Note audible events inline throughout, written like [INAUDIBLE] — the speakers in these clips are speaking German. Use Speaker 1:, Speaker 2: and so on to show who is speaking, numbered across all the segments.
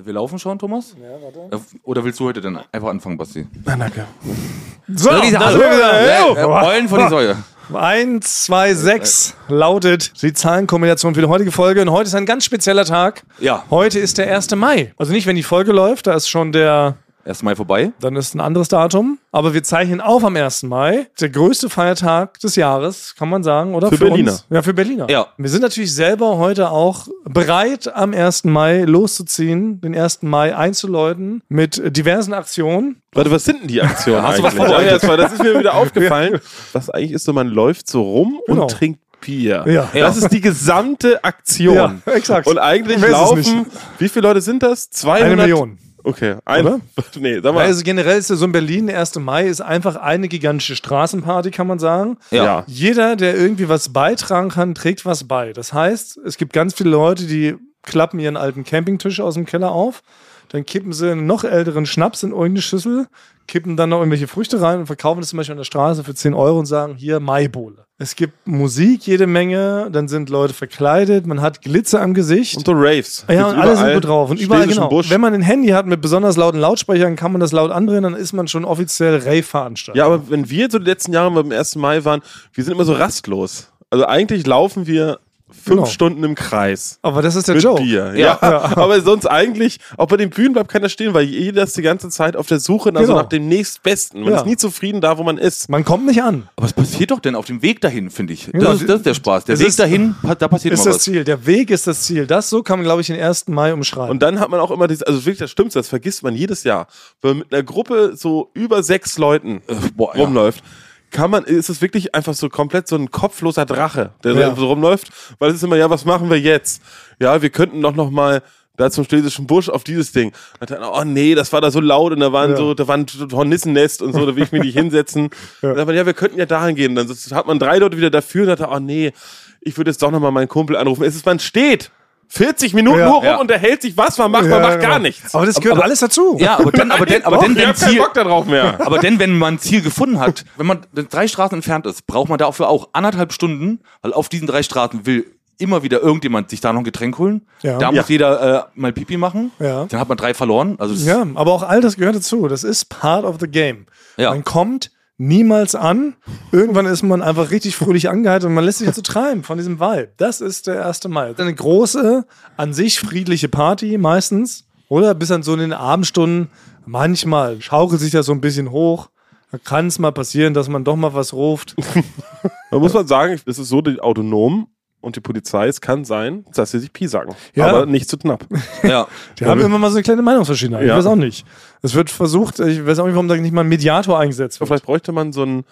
Speaker 1: Wir laufen schon, Thomas? Äh,
Speaker 2: Ja, warte.
Speaker 1: Oder willst du heute dann einfach anfangen, Basti?
Speaker 2: Na, danke.
Speaker 3: So,
Speaker 1: Lisa,
Speaker 3: das
Speaker 1: hallo.
Speaker 3: haben wir oh. gesagt.
Speaker 1: Ja,
Speaker 3: Jo.
Speaker 1: äh, Eulen vor die Säue.
Speaker 3: 1, 2, 6 lautet die Zahlenkombination für die heutige Folge. Und heute ist ein ganz spezieller Tag.
Speaker 1: Ja.
Speaker 3: Heute ist der 1. Mai. Also nicht, wenn die Folge läuft, da ist schon der,
Speaker 1: Erstmal vorbei.
Speaker 3: dann ist ein anderes Datum. Aber wir zeichnen auf am 1. Mai. Der größte Feiertag des Jahres, kann man sagen, oder?
Speaker 2: Für Berliner.
Speaker 3: Uns. Ja, für Berliner.
Speaker 1: Ja.
Speaker 3: Wir sind natürlich selber heute auch bereit, am 1. Mai loszuziehen, den 1. Mai einzuläuten mit diversen Aktionen.
Speaker 2: Warte, was sind denn die Aktionen
Speaker 1: Hast du was
Speaker 2: eigentlich?
Speaker 1: vorbereitet?
Speaker 2: das, war, das
Speaker 3: [LAUGHS]
Speaker 2: ist mir wieder aufgefallen. Was eigentlich ist so, man läuft so rum
Speaker 3: Genau.
Speaker 2: und trinkt Bier.
Speaker 3: Ja.
Speaker 2: Das ist die gesamte Aktion.
Speaker 3: Ja, exakt.
Speaker 2: Und eigentlich
Speaker 3: Wer ist es
Speaker 2: laufen, wie viele Leute sind das? 200?
Speaker 3: Eine Million.
Speaker 2: Okay, eine.
Speaker 3: Oder?
Speaker 2: [LAUGHS] Nee, sag mal.
Speaker 3: Also generell ist ja so in Berlin, der 1. Mai ist einfach eine gigantische Straßenparty, kann man sagen.
Speaker 1: Ja.
Speaker 3: Jeder, der irgendwie was beitragen kann, trägt was bei. Das heißt, es gibt ganz viele Leute, die klappen ihren alten Campingtisch aus dem Keller auf, dann kippen sie einen noch älteren Schnaps in irgendeine Schüssel, kippen dann noch irgendwelche Früchte rein und verkaufen das zum Beispiel an der Straße für 10 Euro und sagen, hier Maibohle. Es gibt Musik jede Menge, dann sind Leute verkleidet, man hat Glitzer am Gesicht.
Speaker 2: Und so Raves.
Speaker 3: Ja, und
Speaker 2: Gibt's
Speaker 3: alle sind
Speaker 2: überall.
Speaker 3: gut drauf. Und überall,
Speaker 2: Schlesischen
Speaker 3: genau.
Speaker 2: Busch.
Speaker 3: Wenn man ein Handy hat mit besonders lauten Lautsprechern, kann man das laut andrehen, dann ist man schon offiziell Rave-Veranstalter.
Speaker 2: Ja, aber wenn wir so die letzten Jahre beim 1. Mai waren, wir sind immer so rastlos. Also eigentlich laufen wir fünf
Speaker 3: Genau.
Speaker 2: Stunden im Kreis.
Speaker 3: Aber das ist der
Speaker 2: Mit
Speaker 3: Joe.
Speaker 2: Bier. Ja. Aber sonst eigentlich, auch bei den Bühnen bleibt keiner stehen, weil jeder ist die ganze Zeit auf der Suche nach, so
Speaker 3: Genau.
Speaker 2: nach dem nächstbesten. Man
Speaker 3: Ja.
Speaker 2: ist nie zufrieden da, wo man ist.
Speaker 3: Man kommt nicht an.
Speaker 1: Aber was passiert doch denn auf dem Weg dahin, finde ich?
Speaker 3: Ja.
Speaker 1: Das, das ist der Spaß. Der
Speaker 3: Es
Speaker 1: Weg
Speaker 3: ist-
Speaker 1: dahin, pa- da passiert
Speaker 3: Ist
Speaker 1: immer
Speaker 3: das
Speaker 1: was.
Speaker 3: Ziel. Der Weg ist das Ziel. Das so kann man, glaube ich, den 1. Mai umschreiben.
Speaker 2: Und [LAUGHS] dann hat man auch immer dieses, also wirklich, das stimmt, das vergisst man jedes Jahr. Wenn man mit einer Gruppe so über sechs Leuten
Speaker 1: boah, ja.
Speaker 2: rumläuft, kann man, ist es wirklich einfach so komplett so ein kopfloser Drache, der
Speaker 3: Ja.
Speaker 2: so rumläuft, weil es ist immer, ja, was machen wir jetzt? Ja, wir könnten doch noch mal da zum schlesischen Busch auf dieses Ding. Und dann, oh nee, das war da so laut und da waren
Speaker 3: Ja.
Speaker 2: so, da waren Hornissennest und so, da will ich mich nicht hinsetzen. Ja. Dann sagt man, ja, wir könnten ja dahin gehen. Dann hat man drei Leute wieder dafür und hat, oh nee, ich würde jetzt doch noch mal meinen Kumpel anrufen. Es ist, man steht 40 Minuten
Speaker 3: Ja.
Speaker 2: nur rum
Speaker 1: Ja.
Speaker 2: und erhält sich was, man macht,
Speaker 3: Ja,
Speaker 2: man macht
Speaker 3: genau.
Speaker 2: gar nichts. Oh,
Speaker 3: Aber das gehört alles dazu.
Speaker 1: Ja, aber dann, aber
Speaker 3: [LAUGHS]
Speaker 1: dann, aber dann,
Speaker 2: ich
Speaker 1: wenn
Speaker 2: hab keinen
Speaker 1: Ziel,
Speaker 2: Bock darauf mehr. [LAUGHS]
Speaker 1: aber denn, wenn man ein Ziel gefunden hat, wenn man drei Straßen entfernt ist, braucht man dafür auch anderthalb Stunden, weil auf diesen drei Straßen will immer wieder irgendjemand sich da noch ein Getränk holen.
Speaker 3: Ja.
Speaker 1: Da
Speaker 3: Ja.
Speaker 1: muss jeder äh, mal Pipi machen.
Speaker 3: Ja.
Speaker 1: Dann hat man drei verloren. Also das-
Speaker 3: Ja, aber auch all das gehört dazu. Das ist part of the game.
Speaker 1: Ja.
Speaker 3: Man kommt niemals an. Irgendwann ist man einfach richtig fröhlich angeheizt und man lässt sich dazu treiben von diesem Vibe. Das ist der 1. Mai. Eine große, an sich friedliche Party meistens. Oder bis dann so in den Abendstunden. Manchmal schaukelt sich das so ein bisschen hoch. Da kann es mal passieren, dass man doch mal was ruft.
Speaker 2: Da muss man sagen, es ist so, die Autonomen und die Polizei, es kann sein, dass sie sich Pi sagen.
Speaker 3: Ja.
Speaker 2: Aber nicht zu knapp.
Speaker 1: ja.
Speaker 3: Die haben immer mal so eine kleine Meinungsverschiedenheit. Ich
Speaker 2: Ja.
Speaker 3: weiß auch nicht. Es wird versucht, ich weiß auch nicht, warum da nicht mal ein Mediator eingesetzt wird.
Speaker 2: Vielleicht bräuchte man so einen,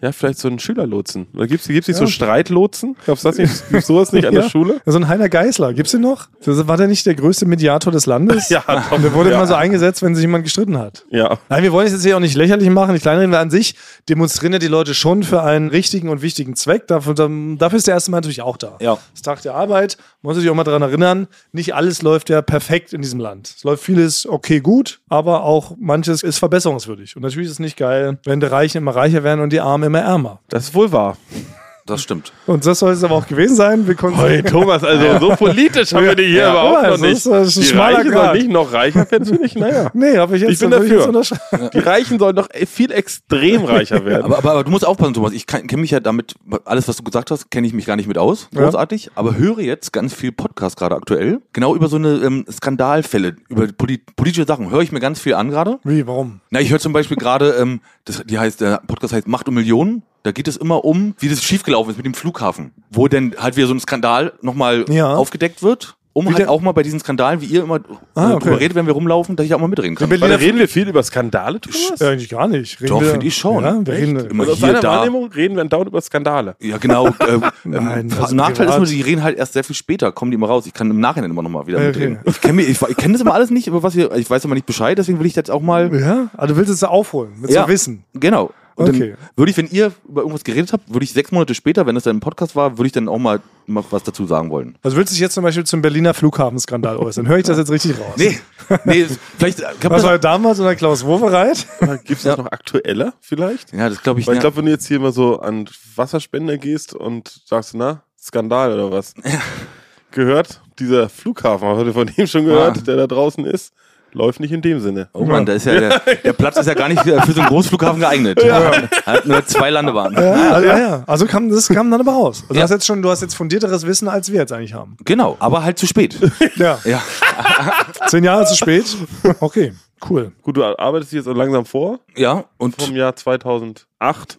Speaker 2: ja, vielleicht so einen Schülerlotsen. Oder gibt's, gibt's nicht so Streitlotsen? Glaubst du das nicht? Gibt's sowas nicht an [LAUGHS] der
Speaker 3: Ja.
Speaker 2: Schule?
Speaker 3: So ein Heiner Geißler, gibt's den noch? Das war der nicht der größte Mediator des Landes?
Speaker 2: doch.
Speaker 3: Der wurde
Speaker 2: [LAUGHS] ja.
Speaker 3: immer so eingesetzt, wenn sich jemand gestritten hat.
Speaker 2: Ja.
Speaker 3: Nein, wir wollen es jetzt hier auch nicht lächerlich machen. Die Kleinreden weil an sich demonstrieren ja die Leute schon für einen richtigen und wichtigen Zweck. Dafür, dafür ist der erste Mal natürlich auch da.
Speaker 1: Ja.
Speaker 3: Das ist Tag der Arbeit. Man muss sich auch mal daran erinnern, nicht alles läuft ja perfekt in diesem Land. Es läuft vieles okay gut, aber auch manches ist verbesserungswürdig. Und natürlich ist es nicht geil, wenn die Reichen immer reicher werden und die Armen immer ärmer.
Speaker 2: Das ist wohl wahr.
Speaker 1: Das stimmt.
Speaker 3: Und das soll es aber auch gewesen sein. Wir konnten
Speaker 2: Hey, Thomas, also so politisch haben wir die hier
Speaker 3: Ja,
Speaker 2: überhaupt
Speaker 3: Thomas,
Speaker 2: noch
Speaker 3: das ist-
Speaker 2: nicht.
Speaker 3: das ist ein
Speaker 2: die
Speaker 3: schmaler
Speaker 2: Reichen
Speaker 3: Grat.
Speaker 2: sollen nicht noch reicher werden, finde ich. Naja.
Speaker 3: [LAUGHS] Nee, habe ich jetzt
Speaker 2: Ich bin
Speaker 3: würde
Speaker 2: dafür.
Speaker 3: jetzt unterschreiben. [LAUGHS]
Speaker 2: Die Reichen sollen noch viel extrem reicher werden. [LAUGHS]
Speaker 1: Aber, aber, aber du musst aufpassen, Thomas. Ich kenne mich ja damit, alles, was du gesagt hast, kenne ich mich gar nicht mit aus.
Speaker 3: Ja.
Speaker 1: Großartig. Aber höre jetzt ganz viel Podcast gerade aktuell. Genau über so eine ähm, Skandalfälle, über polit politische Sachen. Höre ich mir ganz viel an gerade.
Speaker 3: Wie, warum?
Speaker 1: Na, ich höre zum Beispiel gerade, ähm, das- die heißt, der Podcast heißt Macht um Millionen. Da geht es immer um, wie das schiefgelaufen ist mit dem Flughafen. Wo denn halt wieder so ein Skandal nochmal
Speaker 3: Ja.
Speaker 1: aufgedeckt wird. Um
Speaker 3: der-
Speaker 1: halt auch mal bei diesen Skandalen, wie ihr immer
Speaker 3: Ah,
Speaker 1: äh,
Speaker 3: okay.
Speaker 1: drüber redet, wenn wir rumlaufen, dass ich auch mal mitreden kann.
Speaker 2: Weil da reden wir viel über Skandale, Thomas?
Speaker 3: Ja, äh, eigentlich gar nicht. Reden
Speaker 1: Doch,
Speaker 3: wir-
Speaker 1: finde ich schon.
Speaker 3: Ja, wir
Speaker 1: Echt?
Speaker 3: reden,
Speaker 1: Immer
Speaker 2: Also aus
Speaker 1: hier,
Speaker 2: deiner
Speaker 1: da.
Speaker 2: Wahrnehmung reden wir andauernd über Skandale.
Speaker 1: Ja, genau. Äh,
Speaker 3: [LAUGHS] Nein,
Speaker 1: ähm,
Speaker 3: also
Speaker 1: Nachteil ist
Speaker 3: privat.
Speaker 1: nur, die reden halt erst sehr viel später, kommen die immer raus. Ich kann im Nachhinein immer nochmal wieder
Speaker 3: Okay.
Speaker 1: mitreden. Ich kenne mir- ich, ich kenn das immer alles nicht, über was wir, ich weiß immer nicht Bescheid, deswegen will ich jetzt auch mal.
Speaker 3: ja? Also du willst es da aufholen, willst
Speaker 1: Ja.
Speaker 3: du wissen.
Speaker 1: Genau. Und
Speaker 3: Okay.
Speaker 1: dann würde ich, wenn ihr über irgendwas geredet habt, würde ich sechs Monate später, wenn das dann im Podcast war, würde ich dann auch mal, mal was dazu sagen wollen.
Speaker 3: Also willst du dich jetzt zum Beispiel zum Berliner Flughafenskandal äußern? Höre ich das jetzt richtig raus?
Speaker 1: Nee, [LAUGHS] nee, vielleicht äh, kann man
Speaker 3: Was war damals unter Klaus
Speaker 1: [LAUGHS]
Speaker 3: Wowereit?
Speaker 2: Gibt es Äh, das noch aktueller vielleicht?
Speaker 1: Ja, das glaube ich
Speaker 2: Weil ich
Speaker 1: nicht.
Speaker 2: glaube, wenn du jetzt hier mal so an Wasserspender gehst und sagst, na, Skandal oder was? Gehört? dieser Flughafen, habt ihr von dem schon gehört, der da draußen ist, läuft nicht in dem Sinne.
Speaker 1: Oh Mann, da ist
Speaker 3: [LAUGHS]
Speaker 1: ja der, der Platz ist ja gar nicht äh, für so einen Großflughafen geeignet. Hat nur zwei Landebahnen.
Speaker 3: Ja, also, ja. ja. also kam, das kam dann aber raus. Also du,
Speaker 1: Ja.
Speaker 3: hast jetzt schon, du hast jetzt fundierteres Wissen, als wir jetzt eigentlich haben.
Speaker 1: Genau, aber halt zu
Speaker 3: [LAUGHS]
Speaker 1: spät.
Speaker 3: Ja,
Speaker 1: Ja.
Speaker 3: zehn Jahre zu spät. Okay, cool.
Speaker 2: Gut, du arbeitest dich jetzt auch langsam vor,
Speaker 1: Ja, und
Speaker 2: vom Jahr 2008.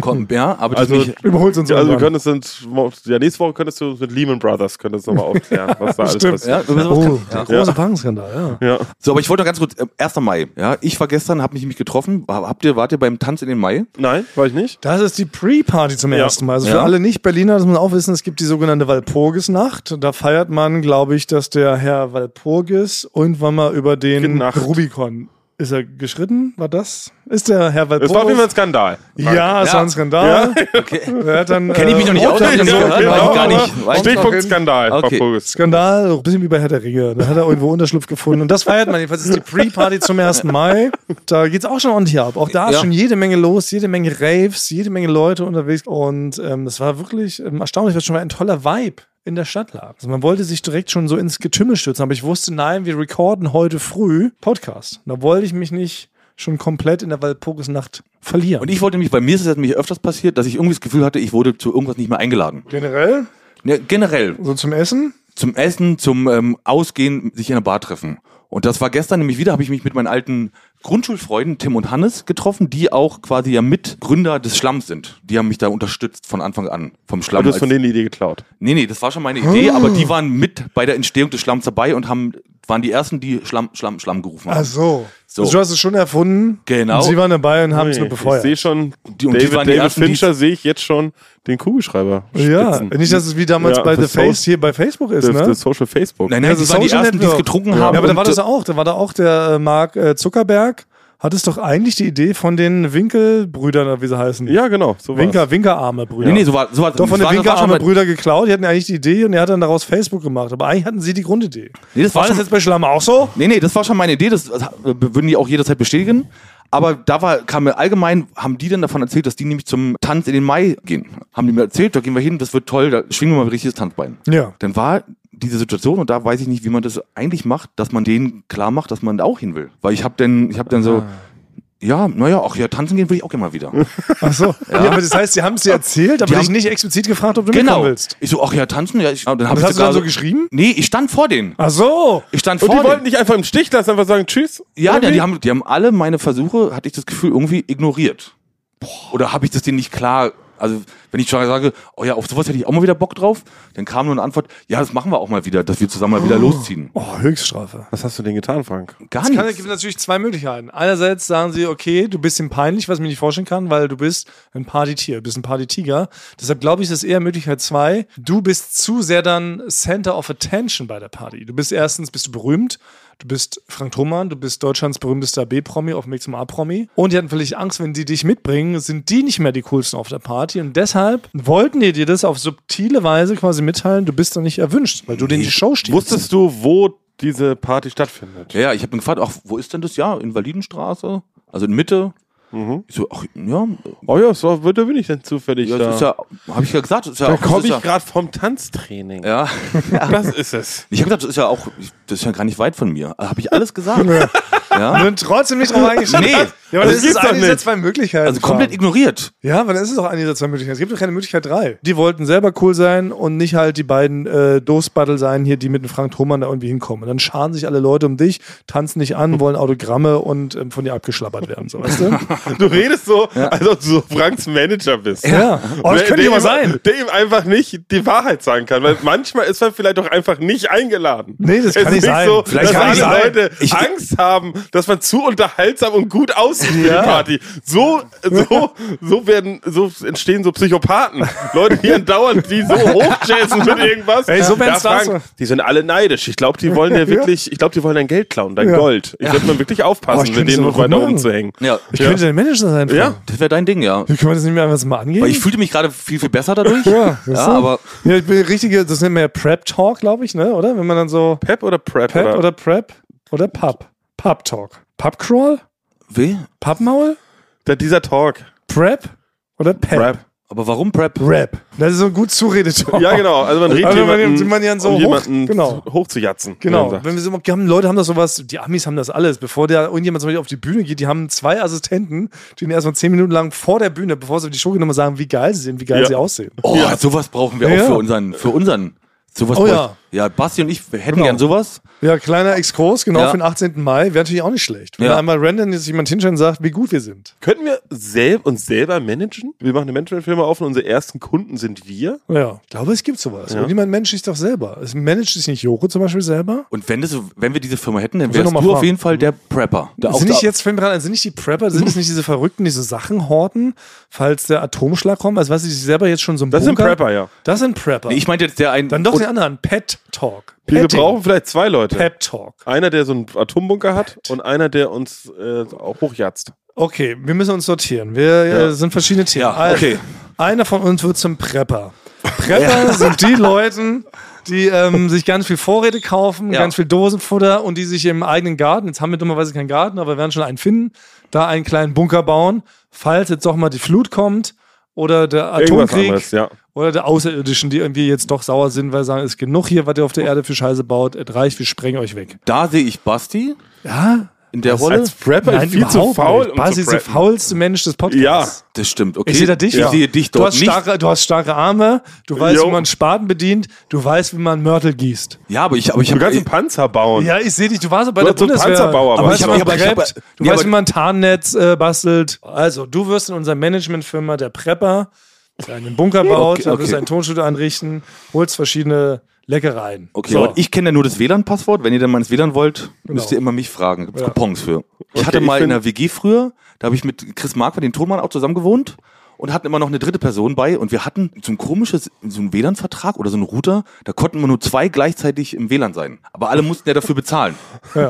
Speaker 1: komm, ja, aber
Speaker 2: Also,
Speaker 1: nicht.
Speaker 3: Überholt uns
Speaker 2: Ja, also wir
Speaker 3: irgendwann.
Speaker 2: können es dann, ja, nächste Woche könntest du mit Lehman Brothers könntest du nochmal aufklären,
Speaker 1: [LAUGHS]
Speaker 2: was da alles
Speaker 3: Stimmt.
Speaker 2: passiert.
Speaker 1: Ja, über sowas
Speaker 3: Oh,
Speaker 1: kann-
Speaker 3: der
Speaker 1: ja.
Speaker 3: große Bankenskandal, ja.
Speaker 2: Ja.
Speaker 1: So, aber ich wollte noch ganz kurz, äh, 1. Mai, ja, ich war gestern, habe mich nämlich getroffen, habt ihr, wart ihr beim Tanz in den Mai?
Speaker 2: Nein, war ich nicht.
Speaker 3: Das ist die Pre-Party zum
Speaker 2: Ja.
Speaker 3: ersten Mal. Also für
Speaker 1: Ja.
Speaker 3: alle Nicht-Berliner, das muss man auch wissen, es gibt die sogenannte Walpurgisnacht. Da feiert man, glaube ich, dass der Herr Walpurgis irgendwann mal über den
Speaker 2: Nacht.
Speaker 3: Rubicon ist er geschritten? War das? Ist der Herr Walpurgis?
Speaker 2: Es war auf jeden Fall ein Skandal.
Speaker 3: ja, es
Speaker 1: Ja.
Speaker 3: war ein Skandal.
Speaker 1: Okay.
Speaker 3: Er hat dann,
Speaker 1: Kenn ich mich noch nicht
Speaker 3: rot
Speaker 1: aus, hab ich noch nicht
Speaker 3: gesehen.
Speaker 1: gehört, war ich gar
Speaker 3: Genau.
Speaker 1: nicht. Weiß ich
Speaker 2: Stichpunkt Skandal,
Speaker 1: Okay.
Speaker 2: Papurgis.
Speaker 3: Skandal, ein bisschen wie bei Herr der Ringe. Da hat er irgendwo Unterschlupf gefunden. Und das feiert man. Jedenfalls ist die Pre-Party zum 1. Mai. Da geht's auch schon ordentlich ab. Auch da ist
Speaker 1: Ja.
Speaker 3: schon jede Menge los, jede Menge Raves, jede Menge Leute unterwegs. Und ähm, das war wirklich ähm, erstaunlich, was schon mal ein toller Vibe in der Stadt lag. Also man wollte sich direkt schon so ins Getümmel stürzen, aber ich wusste, nein, wir recorden heute früh Podcast. Da wollte ich mich nicht schon komplett in der Walpurgisnacht verlieren.
Speaker 1: Und ich wollte nämlich, bei mir ist es jetzt nämlich öfters passiert, dass ich irgendwie das Gefühl hatte, ich wurde zu irgendwas nicht mehr eingeladen.
Speaker 3: generell,
Speaker 1: Ja, generell,
Speaker 3: so zum Essen,
Speaker 1: zum Essen, zum ähm, Ausgehen, sich in einer Bar treffen. Und das war gestern nämlich wieder, habe ich mich mit meinen alten Grundschulfreunden Tim und Hannes getroffen, die auch quasi ja Mitgründer des Schlamms sind. Die haben mich da unterstützt von Anfang an, vom Schlamm.
Speaker 2: Du hast
Speaker 1: als-
Speaker 2: von denen Ah. die Idee geklaut.
Speaker 1: Nee, nee, das war schon meine Idee, aber die waren mit bei der Entstehung des Schlamms dabei und haben, waren die ersten, die Schlamm, Schlamm, Schlamm gerufen haben.
Speaker 3: Ach so.
Speaker 1: So.
Speaker 3: Also du hast es schon erfunden.
Speaker 1: Genau.
Speaker 3: Und Sie waren dabei und haben es
Speaker 2: Nee,
Speaker 3: nur
Speaker 2: ich
Speaker 3: befeuert.
Speaker 2: sehe schon,
Speaker 1: Die- und die
Speaker 2: David,
Speaker 1: waren die
Speaker 2: David
Speaker 1: ersten, die-
Speaker 2: Fincher sehe ich jetzt schon den Kugelschreiber.
Speaker 3: Ja,
Speaker 2: spitzen.
Speaker 3: nicht, dass es wie damals
Speaker 2: Ja,
Speaker 3: bei The
Speaker 2: das
Speaker 3: Face
Speaker 2: Social-
Speaker 3: hier bei Facebook ist,
Speaker 2: das,
Speaker 3: ne?
Speaker 2: das Social Facebook.
Speaker 1: Nein, nein,
Speaker 3: Also
Speaker 1: die waren die
Speaker 3: Social
Speaker 1: ersten, die es
Speaker 3: Network.
Speaker 1: getrunken
Speaker 2: Ja,
Speaker 1: haben.
Speaker 3: Ja, aber da war
Speaker 1: und,
Speaker 3: das
Speaker 1: äh,
Speaker 3: auch. Da war da auch der äh, Mark äh, Zuckerberg. Hat es doch eigentlich die Idee von den Winkelbrüdern, oder wie sie heißen.
Speaker 2: Ja, genau. So war's.
Speaker 3: Winker, Winkerarme Brüder.
Speaker 1: Nee, nee, so war so war
Speaker 3: Doch von
Speaker 1: das
Speaker 3: den
Speaker 1: war- das war schon
Speaker 3: Winkerarme
Speaker 1: mal-
Speaker 3: Brüder geklaut. Die hatten eigentlich die Idee und er hat dann daraus Facebook gemacht. Aber eigentlich hatten sie die Grundidee.
Speaker 1: Nee, das war
Speaker 3: war das
Speaker 1: schon-
Speaker 3: jetzt bei Schlamm auch so?
Speaker 1: Nee, nee, das war schon meine Idee, das äh, würden die auch jederzeit bestätigen. Aber da war, kam mir allgemein, haben die dann davon erzählt, dass die nämlich zum Tanz in den Mai gehen. Haben die mir erzählt, da gehen wir hin, das wird toll, da schwingen wir mal ein richtiges Tanzbein.
Speaker 3: Ja.
Speaker 1: Dann war diese Situation, und da weiß ich nicht, wie man das eigentlich macht, dass man denen klar macht, dass man da auch hin will. Weil ich habe dann, ich habe dann so, ja, naja, ach ja, tanzen gehen will ich auch gerne mal [LAUGHS] wieder.
Speaker 3: Ach so. Ja. aber das heißt, sie haben es dir erzählt, aber
Speaker 1: Die
Speaker 3: dich
Speaker 1: haben-
Speaker 3: nicht explizit gefragt, ob du
Speaker 1: genau.
Speaker 3: mitkommen willst.
Speaker 1: Ich so, ach ja, tanzen, ja, ich, dann hab
Speaker 3: Das
Speaker 1: ich
Speaker 3: hast du
Speaker 1: sogar
Speaker 3: dann so geschrieben?
Speaker 1: Nee, ich stand vor denen.
Speaker 3: Ach so.
Speaker 1: Ich stand
Speaker 2: Und
Speaker 1: vor
Speaker 2: die
Speaker 1: denen.
Speaker 2: wollten nicht einfach im Stich lassen, einfach sagen Tschüss.
Speaker 1: Ja,
Speaker 2: Irgendwie?
Speaker 1: die, die, haben, die haben alle meine Versuche, hatte ich das Gefühl, irgendwie ignoriert. Oder habe ich das denen nicht klar? Also, wenn ich schon sage, oh ja, auf sowas hätte ich auch mal wieder Bock drauf, dann kam nur eine Antwort, ja, das machen wir auch mal wieder, dass wir zusammen mal wieder losziehen.
Speaker 3: Oh, Höchststrafe.
Speaker 2: Was hast du denn getan, Frank?
Speaker 1: Gar
Speaker 3: Es kann,
Speaker 1: nichts.
Speaker 3: gibt natürlich zwei Möglichkeiten. Einerseits sagen sie, okay, du bist ihm peinlich, was ich mir nicht vorstellen kann, weil du bist ein Partytier, du bist ein Partytiger. Deshalb glaube ich, das ist eher Möglichkeit zwei. Du bist zu sehr dann Center of Attention bei der Party. Du bist erstens, bist du berühmt. Du bist Frank Thoman, du bist Deutschlands berühmtester B-Promi auf dem Weg zum A-Promi. Und die hatten völlig Angst, wenn die dich mitbringen, sind die nicht mehr die coolsten auf der Party. Und deshalb wollten die dir das auf subtile Weise quasi mitteilen, du bist doch nicht erwünscht, weil du denen die Show stehst.
Speaker 2: Wusstest du, wo diese Party stattfindet?
Speaker 1: Ja, ja, ich habe ihn gefragt, ach, wo ist denn das? Ja, Invalidenstraße, also in Mitte. Ich so, ach, ja,
Speaker 2: Oh ja, so da bin ich denn zufällig
Speaker 1: ja,
Speaker 2: da.
Speaker 1: das ist ja, habe ich ja gesagt, das ist ja
Speaker 2: da
Speaker 1: auch, das
Speaker 2: komme
Speaker 1: ist
Speaker 2: ich
Speaker 1: ja,
Speaker 2: gerade vom Tanztraining.
Speaker 1: ja.
Speaker 2: Das
Speaker 1: [LAUGHS]
Speaker 2: ist es.
Speaker 1: Ich habe gesagt, das ist ja auch, ich- das ist ja gar nicht weit von mir. Habe ich alles gesagt? ja.
Speaker 3: Und trotzdem nicht drauf eingeschrieben.
Speaker 1: Nee.
Speaker 3: Ja, aber
Speaker 1: Das
Speaker 3: das,
Speaker 1: gibt's
Speaker 3: ist
Speaker 1: doch
Speaker 3: eine dieser
Speaker 1: nicht.
Speaker 3: zwei Möglichkeiten.
Speaker 1: Also komplett
Speaker 3: Frank.
Speaker 1: ignoriert.
Speaker 3: Ja, aber das ist doch eine der zwei Möglichkeiten. Es gibt doch keine Möglichkeit drei. Die wollten selber cool sein und nicht halt die beiden äh, Dosbattle sein hier, die mit dem Frank Thoman da irgendwie hinkommen. Und dann scharen sich alle Leute um dich, tanzen dich an, wollen Autogramme und ähm, von dir abgeschlappert werden. So, weißt du?
Speaker 2: Du redest so, als ob du so Franks Manager
Speaker 3: [LAUGHS]
Speaker 2: bist.
Speaker 3: ja. Oh, das
Speaker 2: Der-
Speaker 3: könnte ja
Speaker 2: der
Speaker 3: mal
Speaker 2: ihm-
Speaker 3: sein.
Speaker 2: Der ihm einfach nicht die Wahrheit sagen kann, weil manchmal ist man vielleicht auch einfach nicht eingeladen.
Speaker 3: Nee, das
Speaker 2: Es
Speaker 3: kann
Speaker 2: ist
Speaker 3: nicht sein.
Speaker 2: So,
Speaker 3: Vielleicht
Speaker 2: vielleicht dass
Speaker 3: kann nicht
Speaker 2: alle
Speaker 3: sein.
Speaker 2: Leute
Speaker 1: Ich-
Speaker 2: Angst haben, dass man zu unterhaltsam und gut aussieht für
Speaker 3: Ja.
Speaker 2: die Party. So, so, so werden, so entstehen so Psychopathen. Leute, die andauernd die so hochjazzen mit irgendwas.
Speaker 3: Ey, so wenn's das
Speaker 2: Frank,
Speaker 3: so-
Speaker 2: Die sind alle neidisch. Ich glaube, die wollen ja wirklich, ich glaube, die wollen dein Geld klauen, dein
Speaker 3: Ja.
Speaker 2: Gold. Ich würde mal wirklich
Speaker 3: Boah,
Speaker 2: aufpassen,
Speaker 3: ich
Speaker 2: mit
Speaker 3: könnte
Speaker 2: denen
Speaker 3: so
Speaker 2: noch weiter
Speaker 3: rummachen.
Speaker 2: umzuhängen.
Speaker 1: Ja.
Speaker 3: Ich könnte dein Manager sein. Frank.
Speaker 2: Ja.
Speaker 1: Das wäre dein Ding, ja.
Speaker 3: Wie können wir das nicht mehr einfach mal angehen?
Speaker 1: Weil ich fühlte mich gerade viel, viel besser dadurch.
Speaker 3: ja, weißt du?
Speaker 1: ja aber
Speaker 3: ja, ich bin richtige, das nennt man ja Prep-Talk, glaube ich, ne? oder? Wenn man dann so
Speaker 2: Pep oder Prep?
Speaker 3: Pep oder, Prep oder Pub. Pub-Talk. Pub-Crawl?
Speaker 1: weh?
Speaker 3: Pappmaul?
Speaker 2: Da- dieser Talk.
Speaker 3: Prep oder Pep?
Speaker 2: Prep.
Speaker 1: Aber warum Prep?
Speaker 3: Rap. Das ist so ein gut zuredet.
Speaker 2: Ja, genau. Also man redet
Speaker 3: Also man-
Speaker 2: jemanden,
Speaker 3: man ja so
Speaker 2: um
Speaker 3: hoch-
Speaker 2: jemanden
Speaker 3: genau.
Speaker 2: hochzujatzen.
Speaker 3: Genau,
Speaker 2: Ja,
Speaker 3: wenn wir so, die haben, Leute haben das sowas, die Amis haben das alles. Bevor der irgendjemand zum Beispiel auf die Bühne geht, die haben zwei Assistenten, die ihnen erstmal zehn Minuten lang vor der Bühne, bevor sie auf die Show gehen, nochmal sagen, wie geil sie sind, wie geil
Speaker 2: Ja.
Speaker 3: sie aussehen.
Speaker 1: Oh, sowas brauchen wir
Speaker 3: Ja,
Speaker 1: auch
Speaker 3: ja.
Speaker 1: für unseren, für unseren. Sowas
Speaker 3: Oh,
Speaker 1: brauch-
Speaker 3: ja.
Speaker 1: ja, Basti und ich wir hätten
Speaker 3: Genau.
Speaker 1: gern sowas.
Speaker 3: Ja, kleiner Exkurs, genau
Speaker 1: Ja.
Speaker 3: für den 18. Mai, wäre natürlich auch nicht schlecht. Wenn
Speaker 1: Ja.
Speaker 3: da einmal random jetzt jemand hinstellt und sagt, wie gut wir sind.
Speaker 2: Könnten wir sel uns selber managen? Wir machen eine Management-Firma auf und unsere ersten Kunden sind wir.
Speaker 3: Ja, ich glaube, es gibt sowas.
Speaker 2: Ja.
Speaker 3: Ja. Niemand managt sich doch selber. Es managt sich nicht Joko zum Beispiel selber?
Speaker 1: Und wenn, das, wenn wir diese Firma hätten, dann
Speaker 3: Muss ich
Speaker 1: wärst
Speaker 3: noch
Speaker 1: du
Speaker 3: mal
Speaker 1: auf
Speaker 3: fragen.
Speaker 1: jeden Fall der Prepper. Der auch
Speaker 3: sind
Speaker 1: da-
Speaker 3: nicht jetzt, fällt mir gerade ein, sind nicht die Prepper, sind es nicht diese Verrückten, die so Sachen horten, falls der Atomschlag kommt? Also, weißt du, die sich selber jetzt schon so ein
Speaker 2: Das sind Prepper, ja.
Speaker 3: Das sind Prepper.
Speaker 1: Nee, ich meinte jetzt der einen.
Speaker 3: Dann doch
Speaker 1: und,
Speaker 3: den anderen. Pet Talk.
Speaker 2: Wir brauchen vielleicht zwei Leute.
Speaker 3: Pep Talk.
Speaker 2: Einer, der so einen Atombunker hat und einer, der uns äh, auch hochjatzt.
Speaker 3: Okay, wir müssen uns sortieren. Wir
Speaker 2: Ja.
Speaker 3: äh, sind verschiedene Themen.
Speaker 1: Ja, okay.
Speaker 3: Einer von uns wird zum Prepper. Prepper [LAUGHS] sind die Leute, die ähm, sich ganz viel Vorräte kaufen,
Speaker 1: Ja.
Speaker 3: ganz viel Dosenfutter und die sich im eigenen Garten, jetzt haben wir dummerweise keinen Garten, aber wir werden schon einen finden, da einen kleinen Bunker bauen, falls jetzt doch mal die Flut kommt oder der Atomkrieg
Speaker 2: ja.
Speaker 3: oder der Außerirdischen, die irgendwie jetzt doch sauer sind, weil sie sagen, es ist genug hier, was ihr auf der Erde für Scheiße baut, es reicht, wir sprengen euch weg.
Speaker 1: da sehe ich Basti
Speaker 3: Ja,
Speaker 1: in der Rolle.
Speaker 2: Als Prepper
Speaker 3: Nein,
Speaker 2: ist viel zu
Speaker 3: überhaupt
Speaker 2: faul.
Speaker 3: nicht.
Speaker 2: um
Speaker 3: Basti
Speaker 2: zu
Speaker 3: ist der
Speaker 2: preppen.
Speaker 3: faulste Mensch des Podcasts. Ja.
Speaker 1: das stimmt, okay.
Speaker 3: Ich sehe da dich.
Speaker 1: Ich
Speaker 3: ja.
Speaker 1: sehe dich
Speaker 3: du
Speaker 1: dort
Speaker 3: hast,
Speaker 1: nicht.
Speaker 3: starke, du hast starke Arme, du weißt,
Speaker 2: Jo.
Speaker 3: wie man Spaten bedient, du weißt, wie man Mörtel gießt.
Speaker 1: Ja, aber ich, aber ich eh-
Speaker 2: Du kannst einen
Speaker 1: habe
Speaker 2: Panzer bauen.
Speaker 3: Ja, ich sehe dich. Du warst bei
Speaker 2: Du
Speaker 3: der
Speaker 2: hast so einen
Speaker 3: Bundeswehr.
Speaker 2: Panzerbauer,
Speaker 3: du
Speaker 2: aber
Speaker 3: weißt,
Speaker 1: ich
Speaker 3: wie
Speaker 1: hab-
Speaker 3: man
Speaker 1: ich hab-
Speaker 3: preppt, du
Speaker 1: nee,
Speaker 3: weißt,
Speaker 1: aber-
Speaker 3: wie man Tarnnetz äh, bastelt. Also, du wirst in unserer Managementfirma der Prepper, der einen Bunker baut,
Speaker 1: Okay,
Speaker 3: okay, wirst
Speaker 1: okay.
Speaker 3: ein Tonstudio einrichten, holst verschiedene Leckereien.
Speaker 1: Okay,
Speaker 3: So. Genau.
Speaker 1: und ich kenne ja nur das WLAN-Passwort. Wenn ihr dann mal ins WLAN wollt, müsst ihr immer mich fragen. Gibt's
Speaker 3: Ja.
Speaker 1: Coupons für. Ich
Speaker 2: Okay,
Speaker 1: hatte
Speaker 2: ich
Speaker 1: mal in
Speaker 2: bin-
Speaker 1: einer WG früher, da habe ich mit Chris Marquardt, den Tonmann, auch zusammen gewohnt und hatten immer noch eine dritte Person bei und wir hatten so ein komisches, so ein WLAN-Vertrag oder so einen Router, da konnten immer nur zwei gleichzeitig im WLAN sein. Aber alle mussten ja dafür bezahlen.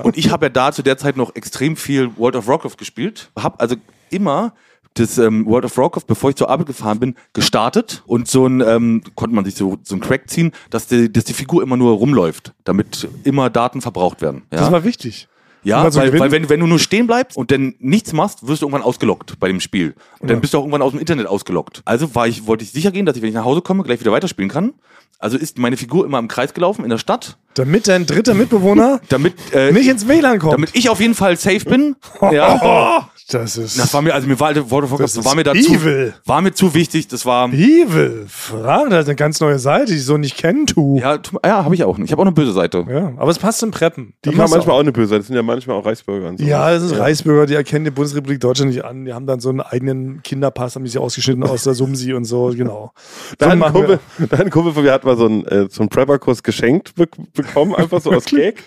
Speaker 1: Und ich habe ja da zu der Zeit noch extrem viel World of Warcraft gespielt, habe also immer das ähm, World of Warcraft, bevor ich zur Arbeit gefahren bin, gestartet und so ein, ähm, konnte man sich so, so ein Crack ziehen, dass die, dass die Figur immer nur rumläuft, damit immer Daten verbraucht werden.
Speaker 3: Das
Speaker 1: Ja,
Speaker 3: war wichtig.
Speaker 1: ja
Speaker 3: Immer so
Speaker 1: weil,
Speaker 3: gewinnen.
Speaker 1: weil wenn, wenn du nur stehen bleibst und dann nichts machst, wirst du irgendwann ausgelockt bei dem Spiel. Und dann bist du auch irgendwann aus dem Internet ausgelockt. Also war ich, wollte ich sicher gehen, dass ich, wenn ich nach Hause komme, gleich wieder weiterspielen kann. Also ist meine Figur immer im Kreis gelaufen in der Stadt,
Speaker 3: Damit dein dritter Mitbewohner
Speaker 1: [LAUGHS] damit, äh,
Speaker 3: nicht ins WLAN kommt. Oh,
Speaker 1: damit ich auf jeden Fall safe
Speaker 3: [LAUGHS]
Speaker 1: bin. ja.
Speaker 3: das ist
Speaker 1: Das war mir, also mir war, World of Warcraft
Speaker 3: ist
Speaker 1: war mir dazu,
Speaker 3: evil.
Speaker 1: war mir zu wichtig, das war,
Speaker 3: evil. Frage, das ist eine ganz neue Seite, die ich so nicht kennen tue.
Speaker 1: ja, tu- ja, habe ich auch nicht. Ich habe auch eine böse Seite.
Speaker 3: Ja, aber es passt zum Preppen.
Speaker 2: Die
Speaker 3: Das
Speaker 2: kann
Speaker 3: passt
Speaker 2: manchmal
Speaker 3: auch.
Speaker 2: auch eine böse sein. Das sind ja manchmal auch Reichsbürger. Und so.
Speaker 3: Ja, das sind Reichsbürger, die erkennen die Bundesrepublik Deutschland nicht an. Die haben dann so einen eigenen Kinderpass, haben die sich ausgeschnitten aus der Sumsi und so, genau.
Speaker 2: Da
Speaker 3: So
Speaker 2: hat ein
Speaker 3: machen wir-
Speaker 2: Kumpel, da hat ein Kumpel von mir hat mal so einen, äh, so einen Prepper-Kurs geschenkt be bekommen, einfach so aus Gag.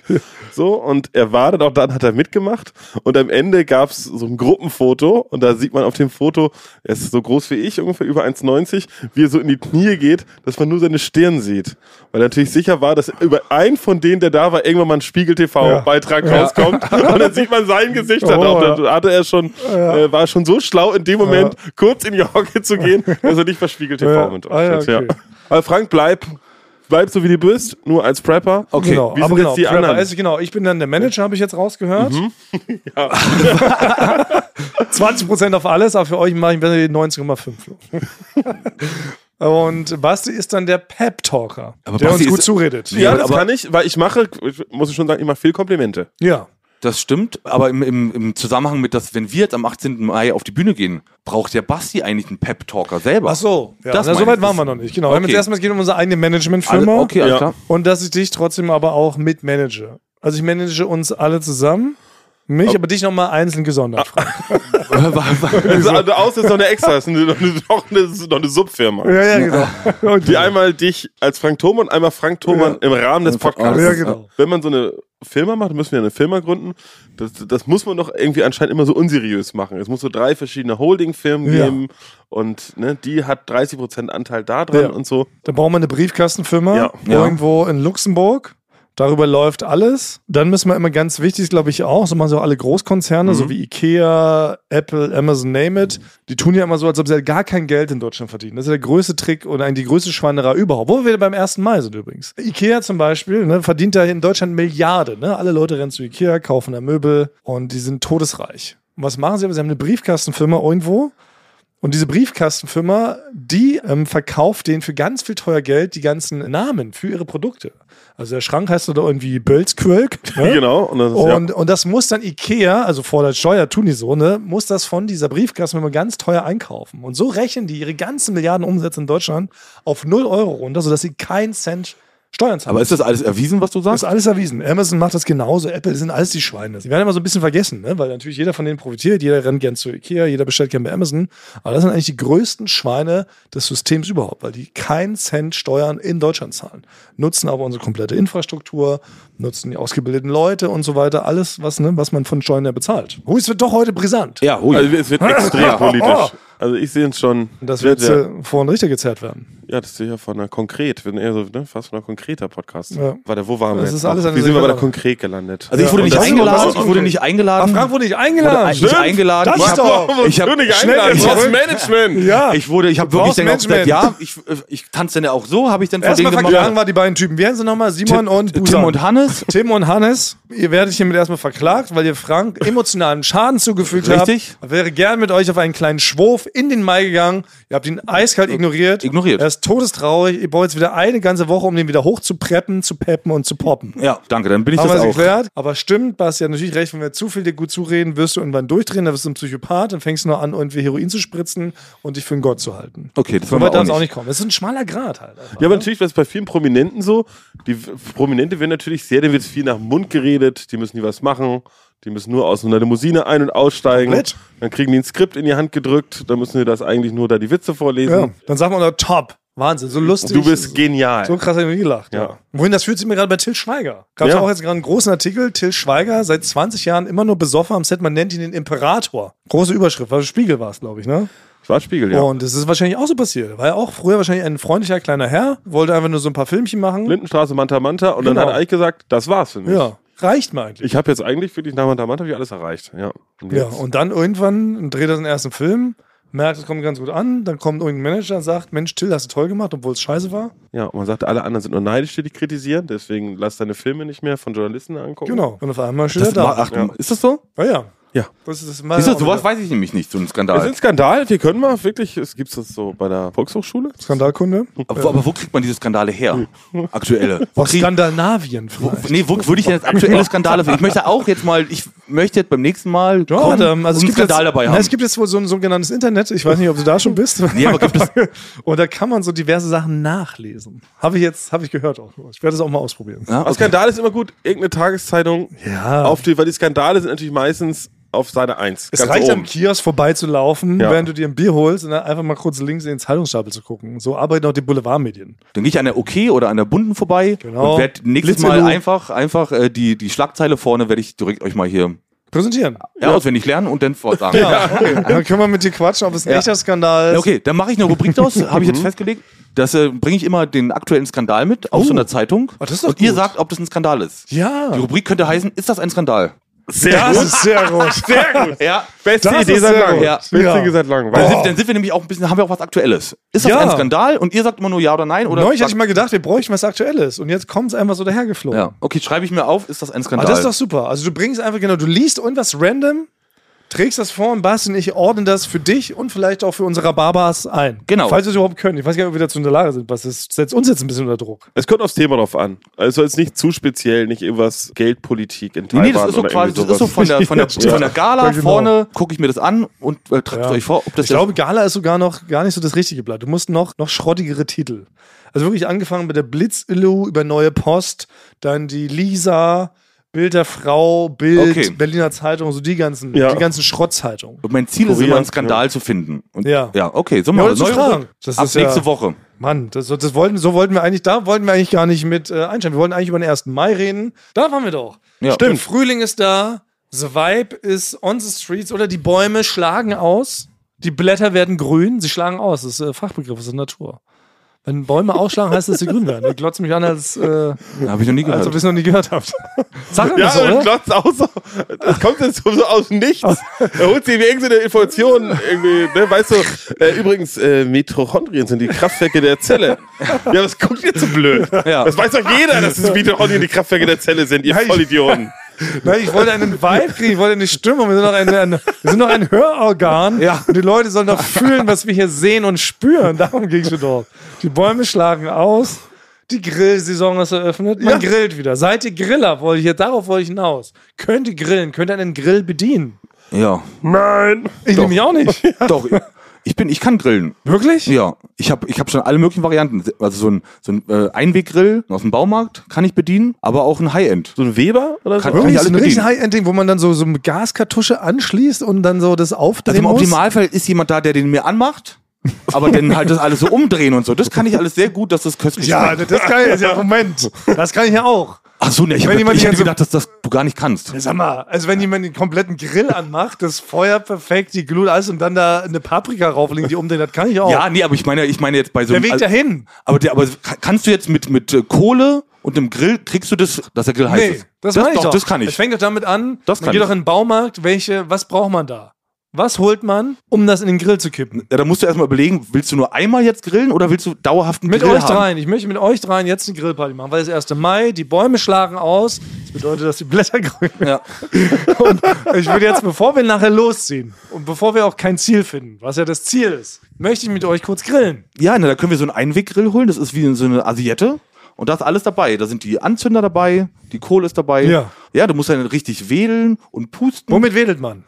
Speaker 2: So, und er war dann auch da, hat er mitgemacht. Und am Ende gab's so ein Gruppenfoto. Und da sieht man auf dem Foto, er ist so groß wie ich, ungefähr über 1,90, wie er so in die Knie geht, dass man nur seine Stirn sieht. Weil er natürlich sicher war, dass über einen von denen, der da war, irgendwann mal ein Spiegel-TV-Beitrag rauskommt. Und dann sieht man sein Gesicht dann
Speaker 3: Oh,
Speaker 2: auch.
Speaker 3: ja.
Speaker 2: Da hatte er schon, äh, war schon so schlau in dem Moment, kurz in die Hocke zu gehen, dass er nicht bei Spiegel TV
Speaker 3: Ja.
Speaker 2: mit
Speaker 3: Ah, ja,
Speaker 2: auftritt,
Speaker 3: okay.
Speaker 2: ja. Aber Frank, bleib, bleib so wie du bist, nur als Prepper.
Speaker 1: Okay.
Speaker 3: Genau,
Speaker 2: wie sind
Speaker 3: aber
Speaker 2: jetzt
Speaker 3: genau,
Speaker 2: die
Speaker 3: Prepper.
Speaker 2: anderen?
Speaker 3: Also genau, ich bin dann der Manager, habe ich jetzt rausgehört. [LAUGHS] 20% auf alles, aber für euch mache ich besser die 19,5. [LAUGHS] Und Basti ist dann der Pep-Talker,
Speaker 1: Aber
Speaker 3: der
Speaker 1: Basti
Speaker 3: uns gut
Speaker 1: ist-
Speaker 3: zuredet.
Speaker 2: Ja, das
Speaker 1: aber-
Speaker 2: kann ich, weil ich mache, ich muss schon sagen, ich mache viel Komplimente.
Speaker 3: ja.
Speaker 1: Das stimmt, aber im, im, im Zusammenhang mit, dass, wenn wir jetzt am 18. Mai auf die Bühne gehen, braucht der Basti eigentlich einen Pep-Talker selber.
Speaker 3: Ach so, ja,
Speaker 1: Das
Speaker 3: na, so
Speaker 1: meine
Speaker 3: weit
Speaker 1: ich.
Speaker 3: waren wir noch nicht. Genau, wir haben
Speaker 1: Okay.
Speaker 3: jetzt erstmal, es geht um unsere eigene Managementfirma.
Speaker 1: Also, okay, alles
Speaker 2: Ja.
Speaker 1: klar.
Speaker 3: Und dass ich dich trotzdem aber auch mitmanage. Also ich manage uns alle zusammen. Mich, aber dich nochmal einzeln gesondert. Frank.
Speaker 2: Also, außer es ist noch eine extra, es ist noch eine, [LAUGHS] noch eine, noch eine Subfirma.
Speaker 3: Ja, ja, genau. Und
Speaker 2: Die einmal dich als Frank Thoman und einmal Frank Thoman im Rahmen des Podcasts.
Speaker 3: [LAUGHS] Ja, genau.
Speaker 2: Wenn man so eine Firma macht, müssen wir eine Firma gründen. Das, das muss man doch irgendwie anscheinend immer so unseriös machen. Es muss so drei verschiedene Holding-Firmen
Speaker 3: Ja.
Speaker 2: geben und ne, die hat 30% Anteil da dran
Speaker 3: Ja.
Speaker 2: und so.
Speaker 3: Dann brauchen wir eine Briefkastenfirma
Speaker 2: Ja.
Speaker 1: Ja.
Speaker 3: irgendwo in Luxemburg. Darüber läuft alles. Dann müssen wir immer ganz wichtig, glaube ich, auch, so machen so alle Großkonzerne, so wie Ikea, Apple, Amazon, name it, die tun ja immer so, als ob sie halt gar kein Geld in Deutschland verdienen. Das ist ja der größte Trick und eigentlich die größte Schweinerei überhaupt. Wo wir wieder beim 1. Mai sind übrigens. Ikea zum Beispiel ne, verdient da in Deutschland Milliarden. Ne? Alle Leute rennen zu Ikea, kaufen da Möbel und die sind todesreich. Und was machen sie? Aber sie haben eine Briefkastenfirma irgendwo Und diese Briefkastenfirma, die ähm, verkauft denen für ganz viel teuer Geld die ganzen Namen für ihre Produkte. Also der Schrank heißt oder irgendwie
Speaker 2: [LAUGHS]
Speaker 3: Bölzquölk. Ne?
Speaker 2: Genau. Und das ist, ja.
Speaker 3: Und, und das muss dann Ikea, also vor der Steuer tun die so, ne, muss das von dieser Briefkastenfirma ganz teuer einkaufen. Und so rechnen die ihre ganzen Milliarden Umsätze in Deutschland auf 0 Euro runter, sodass sie keinen Cent Steuern zahlen.
Speaker 1: Aber ist das alles erwiesen, was du
Speaker 3: Das
Speaker 1: sagst?
Speaker 3: ist alles erwiesen. Amazon macht das genauso. Apple sind alles die Schweine. Die werden immer so ein bisschen vergessen, ne? weil natürlich jeder von denen profitiert. Jeder rennt gern zu Ikea, jeder bestellt gern bei Amazon. Aber das sind eigentlich die größten Schweine des Systems überhaupt, weil die keinen Cent Steuern in Deutschland zahlen. Nutzen aber unsere komplette Infrastruktur, nutzen die ausgebildeten Leute und so weiter. Alles, was, ne, was man von Steuern ja bezahlt. Hui, es wird doch heute brisant.
Speaker 1: Oh Ja, Oh. hui.
Speaker 2: Also es wird extrem politisch. Also ich sehe uns schon.
Speaker 3: Und Das wird
Speaker 2: sehr-
Speaker 3: äh, vor den Richter gezerrt
Speaker 1: Ähm,
Speaker 3: werden.
Speaker 2: ja, das ist ja von einer konkret, wenn eher so, ne, fast von einer konkreter Podcast.
Speaker 3: Ja.
Speaker 2: War der, wo waren wir?
Speaker 3: Das
Speaker 2: jetzt
Speaker 3: ist alles
Speaker 2: noch?
Speaker 3: eine
Speaker 2: Wie sind wir bei der
Speaker 3: Sache.
Speaker 2: konkret gelandet?
Speaker 1: Also ich
Speaker 3: Ja,
Speaker 1: wurde
Speaker 3: und
Speaker 1: nicht
Speaker 3: das-
Speaker 1: eingeladen,
Speaker 3: und das-
Speaker 1: ich wurde nicht
Speaker 3: Aber
Speaker 1: eingeladen.
Speaker 3: Frank wurde nicht
Speaker 1: Wurde
Speaker 3: eingeladen.
Speaker 1: ein- nicht eingeladen.
Speaker 3: Das
Speaker 1: ich
Speaker 3: ist doch-
Speaker 1: hab, ich hab,
Speaker 2: du nicht
Speaker 3: schnell
Speaker 2: eingeladen, du
Speaker 3: zurück.
Speaker 2: hast Management.
Speaker 3: Ja.
Speaker 1: ich wurde, ich habe wirklich
Speaker 3: brauchst
Speaker 1: dann auch gesagt,
Speaker 3: Management.
Speaker 1: ja, ich, äh, ich tanze denn ja auch so, habe ich dann von denen
Speaker 3: Erstmal
Speaker 1: gemacht.
Speaker 3: verklagen war die beiden Typen. Wie heißen sie nochmal? Simon
Speaker 1: Tim,
Speaker 3: und
Speaker 1: Tim und Hannes.
Speaker 3: Tim und Hannes, ihr werdet hiermit erstmal verklagt, weil ihr Frank emotionalen Schaden zugefügt
Speaker 1: Richtig.
Speaker 3: habt. Er wäre gern mit euch auf einen kleinen Schwurf in den Mai gegangen. Ihr habt ihn eiskalt ignoriert.
Speaker 1: Ignoriert.
Speaker 3: Er ist todestraurig. Ihr braucht jetzt wieder eine ganze Woche, um den wieder hoch zu preppen, zu peppen und zu poppen.
Speaker 1: Ja, danke, dann bin ich
Speaker 3: Haben wir
Speaker 1: das
Speaker 3: es
Speaker 1: auch.
Speaker 3: geklärt? Aber stimmt, Basti hat natürlich recht, wenn wir zu viel dir gut zureden, wirst du irgendwann durchdrehen, dann wirst du ein Psychopath, dann fängst du noch an, irgendwie Heroin zu spritzen und dich für einen Gott zu halten.
Speaker 1: Okay, das
Speaker 3: So
Speaker 1: wollen
Speaker 3: weit
Speaker 1: wir
Speaker 3: darf
Speaker 1: auch
Speaker 3: es
Speaker 1: nicht.
Speaker 3: auch nicht kommen. Es ist ein schmaler Grad halt. einfach.
Speaker 2: Ja, aber natürlich, das ist bei vielen Prominenten so. Die w- Prominente werden natürlich sehr, denen wird viel nach dem Mund geredet, die müssen nie was machen, die müssen nur aus einer Limousine ein- und aussteigen.
Speaker 3: Komplett.
Speaker 2: Dann kriegen die ein Skript in die Hand gedrückt, dann müssen die das eigentlich nur da die Witze vorlesen.
Speaker 3: Ja. Dann sagt man doch top. Wahnsinn, so lustig.
Speaker 2: Du bist genial.
Speaker 3: So krass habe ich noch nie gelacht. Ja.
Speaker 2: Ja.
Speaker 3: Wohin das fühlt sich mir gerade bei Till Schweiger. Gab es
Speaker 2: Ja.
Speaker 3: auch jetzt gerade einen großen Artikel. Till Schweiger seit 20 Jahren immer nur besoffen am Set. Man nennt ihn den Imperator. Große Überschrift. War Spiegel war es, glaube ich, ne?
Speaker 2: Schwarzspiegel, ja.
Speaker 3: Und das ist wahrscheinlich auch so passiert. War ja auch früher wahrscheinlich ein freundlicher kleiner Herr. Wollte einfach nur so ein paar Filmchen machen.
Speaker 2: Lindenstraße, Manta Manta. Und dann
Speaker 3: Genau.
Speaker 2: hat Eich gesagt, das war's für mich.
Speaker 3: Ja. Reicht mir eigentlich.
Speaker 2: Ich habe jetzt eigentlich wirklich nach Manta Manta hab ich alles erreicht. Ja. Und
Speaker 3: Ja,
Speaker 2: jetzt-
Speaker 3: und dann irgendwann dreht er seinen ersten Film, merkt, es kommt ganz gut an, dann kommt irgendein Manager und sagt, Mensch, Till, hast du toll gemacht, obwohl es scheiße war.
Speaker 2: ja, und man sagt, alle anderen sind nur neidisch, die dich kritisieren, deswegen lass deine Filme nicht mehr von Journalisten angucken.
Speaker 3: Genau. Und auf einmal steht
Speaker 1: Das
Speaker 3: er da.
Speaker 1: war, ach, Ist das so?
Speaker 3: ja, Ah ja.
Speaker 2: Ja.
Speaker 3: Das ist das
Speaker 1: Siehst du, sowas weiß ich nämlich nicht, so ein
Speaker 2: Es ist ein
Speaker 1: Skandal.
Speaker 2: Skandal, wir können mal wirklich, es gibt das so bei der Volkshochschule.
Speaker 3: Skandalkunde?
Speaker 1: Aber, wo- aber wo kriegt man diese Skandale her?
Speaker 3: Hm. [LAUGHS]
Speaker 1: Aktuelle. Wo
Speaker 3: Aus
Speaker 1: krieg,
Speaker 3: Skandinavien
Speaker 1: wo,
Speaker 3: vielleicht.
Speaker 1: nee, wo würde ich denn jetzt aktuelle Skandale Ich möchte auch jetzt mal, ich möchte jetzt beim nächsten Mal kommen
Speaker 3: ähm,
Speaker 1: und einen Skandal
Speaker 3: jetzt,
Speaker 1: dabei
Speaker 3: na,
Speaker 1: haben.
Speaker 3: es gibt jetzt wohl so ein sogenanntes Internet, ich weiß nicht, ob du da schon bist.
Speaker 1: Nee, aber gibt es-
Speaker 3: [LAUGHS] und da kann man so diverse Sachen nachlesen. Habe ich jetzt, habe ich gehört auch. Ich werde es auch mal ausprobieren.
Speaker 1: ja,
Speaker 2: Aber
Speaker 1: okay.
Speaker 2: Skandal ist immer gut, irgendeine Tageszeitung
Speaker 3: Ja.
Speaker 2: auf die, weil die Skandale sind natürlich meistens auf Seite 1.
Speaker 3: es reicht am Kiosk vorbeizulaufen,
Speaker 2: Ja.
Speaker 3: während du dir ein Bier holst und dann einfach mal kurz links in den Zeitungsstapel zu gucken. So arbeiten auch die Boulevardmedien.
Speaker 1: Dann gehe ich an der OK oder an der Bunden vorbei
Speaker 3: Genau.
Speaker 1: und werde nächstes Mal
Speaker 3: Blitzelu.
Speaker 1: einfach, einfach äh, die, die Schlagzeile vorne werde ich direkt euch mal hier
Speaker 3: Präsentieren.
Speaker 1: ja. auswendig lernen und dann fortsagen.
Speaker 3: [LAUGHS] Ja, okay.
Speaker 1: [LAUGHS]
Speaker 3: Dann können wir mit dir quatschen, ob es ein
Speaker 1: Ja.
Speaker 3: echter Skandal
Speaker 1: Ja,
Speaker 3: ist.
Speaker 1: Okay, dann mache ich eine Rubrik
Speaker 3: [LAUGHS]
Speaker 1: draus, habe
Speaker 3: Mhm.
Speaker 1: ich jetzt festgelegt. Das äh, bringe ich immer den aktuellen Skandal mit aus so einer Zeitung.
Speaker 3: Ah, das ist doch
Speaker 1: und ihr
Speaker 3: gut.
Speaker 1: sagt, ob das ein Skandal ist.
Speaker 3: Ja.
Speaker 1: Die Rubrik könnte heißen, ist das ein Skandal?
Speaker 2: Sehr
Speaker 3: Das
Speaker 2: gut.
Speaker 3: ist sehr gut.
Speaker 2: Sehr gut.
Speaker 1: Ja.
Speaker 2: Beste
Speaker 3: Das
Speaker 2: Idee
Speaker 3: ist
Speaker 2: seit
Speaker 3: sehr
Speaker 2: langem.
Speaker 3: gut.
Speaker 2: Ja.
Speaker 1: Ja.
Speaker 2: Beste
Speaker 3: Ja.
Speaker 2: Idee seit langem.
Speaker 1: Dann
Speaker 2: Weil-
Speaker 1: sind, dann sind wir nämlich auch ein bisschen, haben wir auch was Aktuelles. Ist das
Speaker 3: Ja.
Speaker 1: ein Skandal? Und ihr sagt immer nur ja oder nein? Oder
Speaker 3: Neulich hatte ich
Speaker 1: sagt-
Speaker 3: mal gedacht, wir bräuchten was Aktuelles. Und jetzt kommt es einfach so dahergeflogen.
Speaker 1: ja. Okay, schreibe ich mir auf, ist das ein
Speaker 3: Aber
Speaker 1: Skandal?
Speaker 3: Ah, das ist doch super. Also du bringst einfach genau, du liest irgendwas random, trägst das vor und Basti und ich ordnen das für dich und vielleicht auch für unsere Barbas ein.
Speaker 1: Genau.
Speaker 3: Falls wir es überhaupt können. Ich weiß gar nicht, ob wir dazu in der Lage sind. Basti. das setzt uns jetzt ein bisschen unter Druck.
Speaker 2: Es kommt aufs Thema drauf an. Also jetzt nicht zu speziell, nicht irgendwas Geldpolitik in
Speaker 1: Nee,
Speaker 2: Taiwan
Speaker 1: nee, das ist so
Speaker 2: oder
Speaker 1: quasi,
Speaker 2: irgendwie
Speaker 1: das ist so von
Speaker 2: sowas.
Speaker 1: der,
Speaker 2: [LAUGHS]
Speaker 1: von der,
Speaker 3: Ja.
Speaker 1: von der Gala
Speaker 3: Ja, genau.
Speaker 1: vorne, gucke ich mir das an und äh, trage
Speaker 3: Ja.
Speaker 1: euch vor, ob das
Speaker 3: Ich glaube, Gala ist sogar noch gar nicht so das richtige Blatt. Du musst noch, noch schrottigere Titel. Also wirklich angefangen mit der Blitzillu über Neue Post, dann die Lisa, Bild der Frau, Bild,
Speaker 1: Okay.
Speaker 3: Berliner Zeitung, so die ganzen,
Speaker 2: Ja.
Speaker 3: die ganzen Schrottzeitungen.
Speaker 1: Und mein Ziel ist
Speaker 2: Kurier,
Speaker 1: immer, einen Skandal zu finden. Und,
Speaker 3: Ja.
Speaker 1: Ja, okay, so machen
Speaker 3: oder
Speaker 1: wir
Speaker 3: zu
Speaker 1: Neue
Speaker 3: fragen.
Speaker 1: Rubrik.
Speaker 3: Das
Speaker 1: Ab
Speaker 3: ist ja-
Speaker 1: nächste Woche.
Speaker 3: Mann, das, das wollten, so wollten wir eigentlich, da wollten wir eigentlich gar nicht mit äh, einsteigen. Wir wollten eigentlich über den 1. Mai reden. Da waren wir doch.
Speaker 1: Ja.
Speaker 3: Der Frühling ist da, the vibe ist on the streets oder die Bäume schlagen aus, die Blätter werden grün, sie schlagen aus. Das ist äh, Fachbegriff, das ist Natur. Wenn Bäume ausschlagen, heißt das, dass sie grün werden. Ihr glotzt mich an, als, äh,
Speaker 1: Habe ich noch nie gehört.
Speaker 3: als ob ihr es noch nie gehört [LAUGHS] habt. Sag mir
Speaker 2: Ja,
Speaker 3: das, so,
Speaker 2: und
Speaker 3: oder?
Speaker 2: glotzt auch so. Das kommt jetzt so aus dem nichts. Er holt sie irgendeine Information. Irgendwie, ne? Weißt du, äh, übrigens, äh, Mitochondrien sind die Kraftwerke der Zelle. Ja, das guckt ihr zu blöd.
Speaker 1: Ja.
Speaker 2: Das weiß doch jeder, dass es Mitochondrien die Kraftwerke der Zelle sind, ihr Vollidioten.
Speaker 3: Nein, ich wollte einen Vibe kriegen, ich wollte eine Stimmung. Wir sind noch ein, ein, wir sind noch ein Hörorgan.
Speaker 1: Ja.
Speaker 3: Und die Leute sollen doch fühlen, was wir hier sehen und spüren. Darum ging es doch. Die Bäume schlagen aus. Die Grillsaison ist eröffnet. Man grillt wieder. Seid ihr Griller? Wollte ich, hier- darauf wollte ich hinaus. Könnt ihr grillen? Könnt ihr einen Grill bedienen?
Speaker 1: Ja,
Speaker 2: Nein!
Speaker 3: Ich nämlich auch nicht.
Speaker 1: [LAUGHS] doch. Ich bin, ich kann grillen.
Speaker 3: Wirklich?
Speaker 1: Ja, ich habe ich hab schon alle möglichen Varianten. Also so ein, so ein äh, Einweggrill aus dem Baumarkt kann ich bedienen, aber auch ein High-End.
Speaker 2: So ein Weber oder so?
Speaker 1: Kann-
Speaker 3: Wirklich
Speaker 1: ich
Speaker 3: so
Speaker 1: alles
Speaker 3: ein richtig
Speaker 1: bedienen.
Speaker 3: High-End-Ding, wo man dann so, so eine Gaskartusche anschließt und dann so das
Speaker 1: Also
Speaker 3: aufdrehen
Speaker 1: im
Speaker 3: muss.
Speaker 1: Optimalfall ist jemand da, der den mir anmacht, aber dann halt das alles so umdrehen und so. Das kann ich alles sehr gut, dass das köstlich
Speaker 3: Ja,
Speaker 1: schmeckt. [LAUGHS]
Speaker 3: das kann ich ja. Moment, das kann ich ja auch.
Speaker 1: Ach so, ne, ich,
Speaker 3: Wenn
Speaker 1: hab, ich
Speaker 3: jemand also die
Speaker 1: hätte
Speaker 3: ganze-
Speaker 1: gedacht, dass das du gar nicht kannst.
Speaker 3: Ja, Sag mal, also wenn jemand den kompletten Grill anmacht, das Feuer perfekt, die Glut, alles und dann da eine Paprika rauflegen, die umdrehen, das kann ich auch.
Speaker 1: Ja, nee, aber ich meine, ich meine jetzt bei so
Speaker 3: Der
Speaker 1: einem.
Speaker 3: Weg
Speaker 1: also,
Speaker 3: dahin.
Speaker 1: aber, der, aber kann- kannst du jetzt mit, mit äh, Kohle und einem Grill, kriegst du das, dass der Grill heiß
Speaker 3: Nee,
Speaker 1: ist?
Speaker 3: das, meine ich doch.
Speaker 1: also, Das kann ich.
Speaker 3: Es fängt doch damit an,
Speaker 1: Das
Speaker 3: man
Speaker 1: kann
Speaker 3: geht
Speaker 1: ich.
Speaker 3: doch in den Baumarkt, welche, was braucht man da? Was holt man, um das in den Grill zu kippen?
Speaker 1: ja, da musst du erstmal überlegen, willst du nur einmal jetzt grillen oder willst du dauerhaft einen
Speaker 3: Mit
Speaker 1: Grill
Speaker 3: euch
Speaker 1: haben?
Speaker 3: dreien. Ich möchte mit euch dreien jetzt eine Grillparty machen, weil es ist 1. Mai, die Bäume schlagen aus. Das bedeutet, dass die Blätter [LAUGHS] grün werden.
Speaker 1: Ja.
Speaker 3: Und ich würde jetzt, bevor wir nachher losziehen und bevor wir auch kein Ziel finden, was ja das Ziel ist, möchte ich mit euch kurz grillen.
Speaker 1: Ja, na, da können wir so einen Einweggrill holen, das ist wie so eine Asiette. Und da ist alles dabei. Da sind die Anzünder dabei, die Kohle ist dabei.
Speaker 3: Ja.
Speaker 1: Ja, du musst dann richtig wedeln und pusten.
Speaker 3: Womit wedelt man?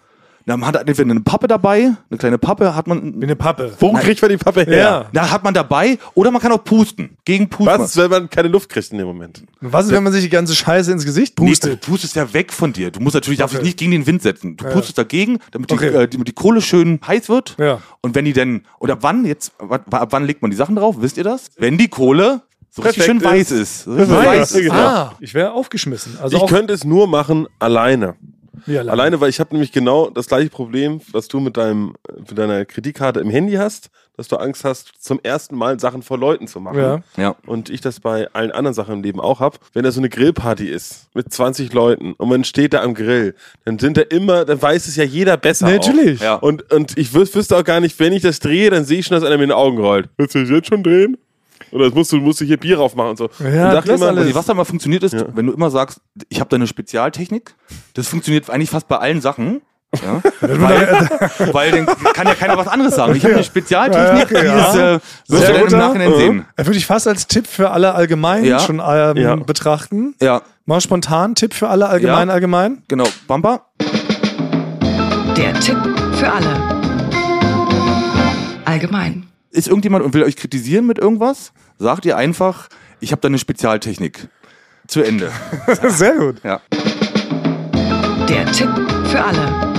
Speaker 1: Na, man hat entweder eine Pappe dabei, eine kleine Pappe hat
Speaker 3: Wie
Speaker 1: man.
Speaker 3: eine Pappe.
Speaker 2: Wo kriegt man die Pappe her?
Speaker 1: Na, hat man dabei oder man kann auch pusten. Gegen Pusten.
Speaker 2: Was, wenn man keine Luft kriegt in dem Moment?
Speaker 3: Was ist, wenn man sich die ganze Scheiße ins Gesicht
Speaker 1: Nee,
Speaker 3: pustet?
Speaker 1: du pustest ja weg von dir. Du musst natürlich, darfst dich nicht gegen den Wind setzen. Du pustest dagegen, damit die,
Speaker 3: Okay.
Speaker 1: äh, damit die Kohle schön heiß wird.
Speaker 3: Ja.
Speaker 1: Und wenn die denn, oder wann jetzt, wa- wa- ab wann legt man die Sachen drauf? Wisst ihr das? Wenn die Kohle so richtig
Speaker 2: Perfekt
Speaker 1: schön
Speaker 2: ist.
Speaker 1: weiß ist. So richtig
Speaker 2: Weiß.
Speaker 1: weiß ist.
Speaker 2: Genau.
Speaker 3: Ah, ich wäre aufgeschmissen. Also
Speaker 2: Ich
Speaker 3: auch,
Speaker 2: könnte es nur machen alleine.
Speaker 3: Wie
Speaker 2: Alleine, weil ich habe nämlich genau das gleiche Problem, was du mit, deinem, mit deiner Kreditkarte im Handy hast, dass du Angst hast, zum ersten Mal Sachen vor Leuten zu machen.
Speaker 3: Ja.
Speaker 1: Ja.
Speaker 2: Und ich das bei allen anderen Sachen im Leben auch habe. Wenn da so eine Grillparty ist mit 20 Leuten und man steht da am Grill, dann sind da immer, dann weiß es ja jeder besser.
Speaker 3: Nee,
Speaker 2: auch.
Speaker 3: natürlich.
Speaker 1: Ja.
Speaker 2: Und, und ich wüs wüsste auch gar nicht, wenn ich das drehe, dann sehe ich schon, dass einer mir in den Augen rollt. Willst du das jetzt schon drehen? Oder das musst du, musst du hier Bier aufmachen und so.
Speaker 3: Ja,
Speaker 2: und dachte
Speaker 3: das
Speaker 2: immer,
Speaker 3: alles.
Speaker 1: Und Also, was da mal funktioniert ist, wenn du immer sagst, ich habe da eine Spezialtechnik, das funktioniert eigentlich fast bei allen Sachen.
Speaker 3: [LAUGHS]
Speaker 1: Ja, weil, weil dann kann ja keiner was anderes sagen. Ich habe eine Spezialtechnik,
Speaker 3: Ja, ja,
Speaker 1: die ist,
Speaker 3: ja.
Speaker 1: äh, wirst du
Speaker 3: Sehr
Speaker 1: dann im
Speaker 3: guter.
Speaker 1: Nachhinein
Speaker 2: Mhm.
Speaker 1: sehen.
Speaker 3: Äh, Würde ich fast als Tipp für alle allgemein
Speaker 1: ähm, Ja.
Speaker 3: schon ähm,
Speaker 2: Ja.
Speaker 3: betrachten.
Speaker 1: Ja,
Speaker 3: Mal spontan Tipp für alle allgemein,
Speaker 1: Ja. [LAUGHS]
Speaker 3: allgemein.
Speaker 1: genau. Bumper?
Speaker 4: Der Tipp für alle. Allgemein.
Speaker 1: ist irgendjemand und will euch kritisieren mit irgendwas, sagt ihr einfach, ich habe da eine Spezialtechnik. Zu [LAUGHS] Ende.
Speaker 3: Sehr gut.
Speaker 1: Ja.
Speaker 4: Der Tipp für alle.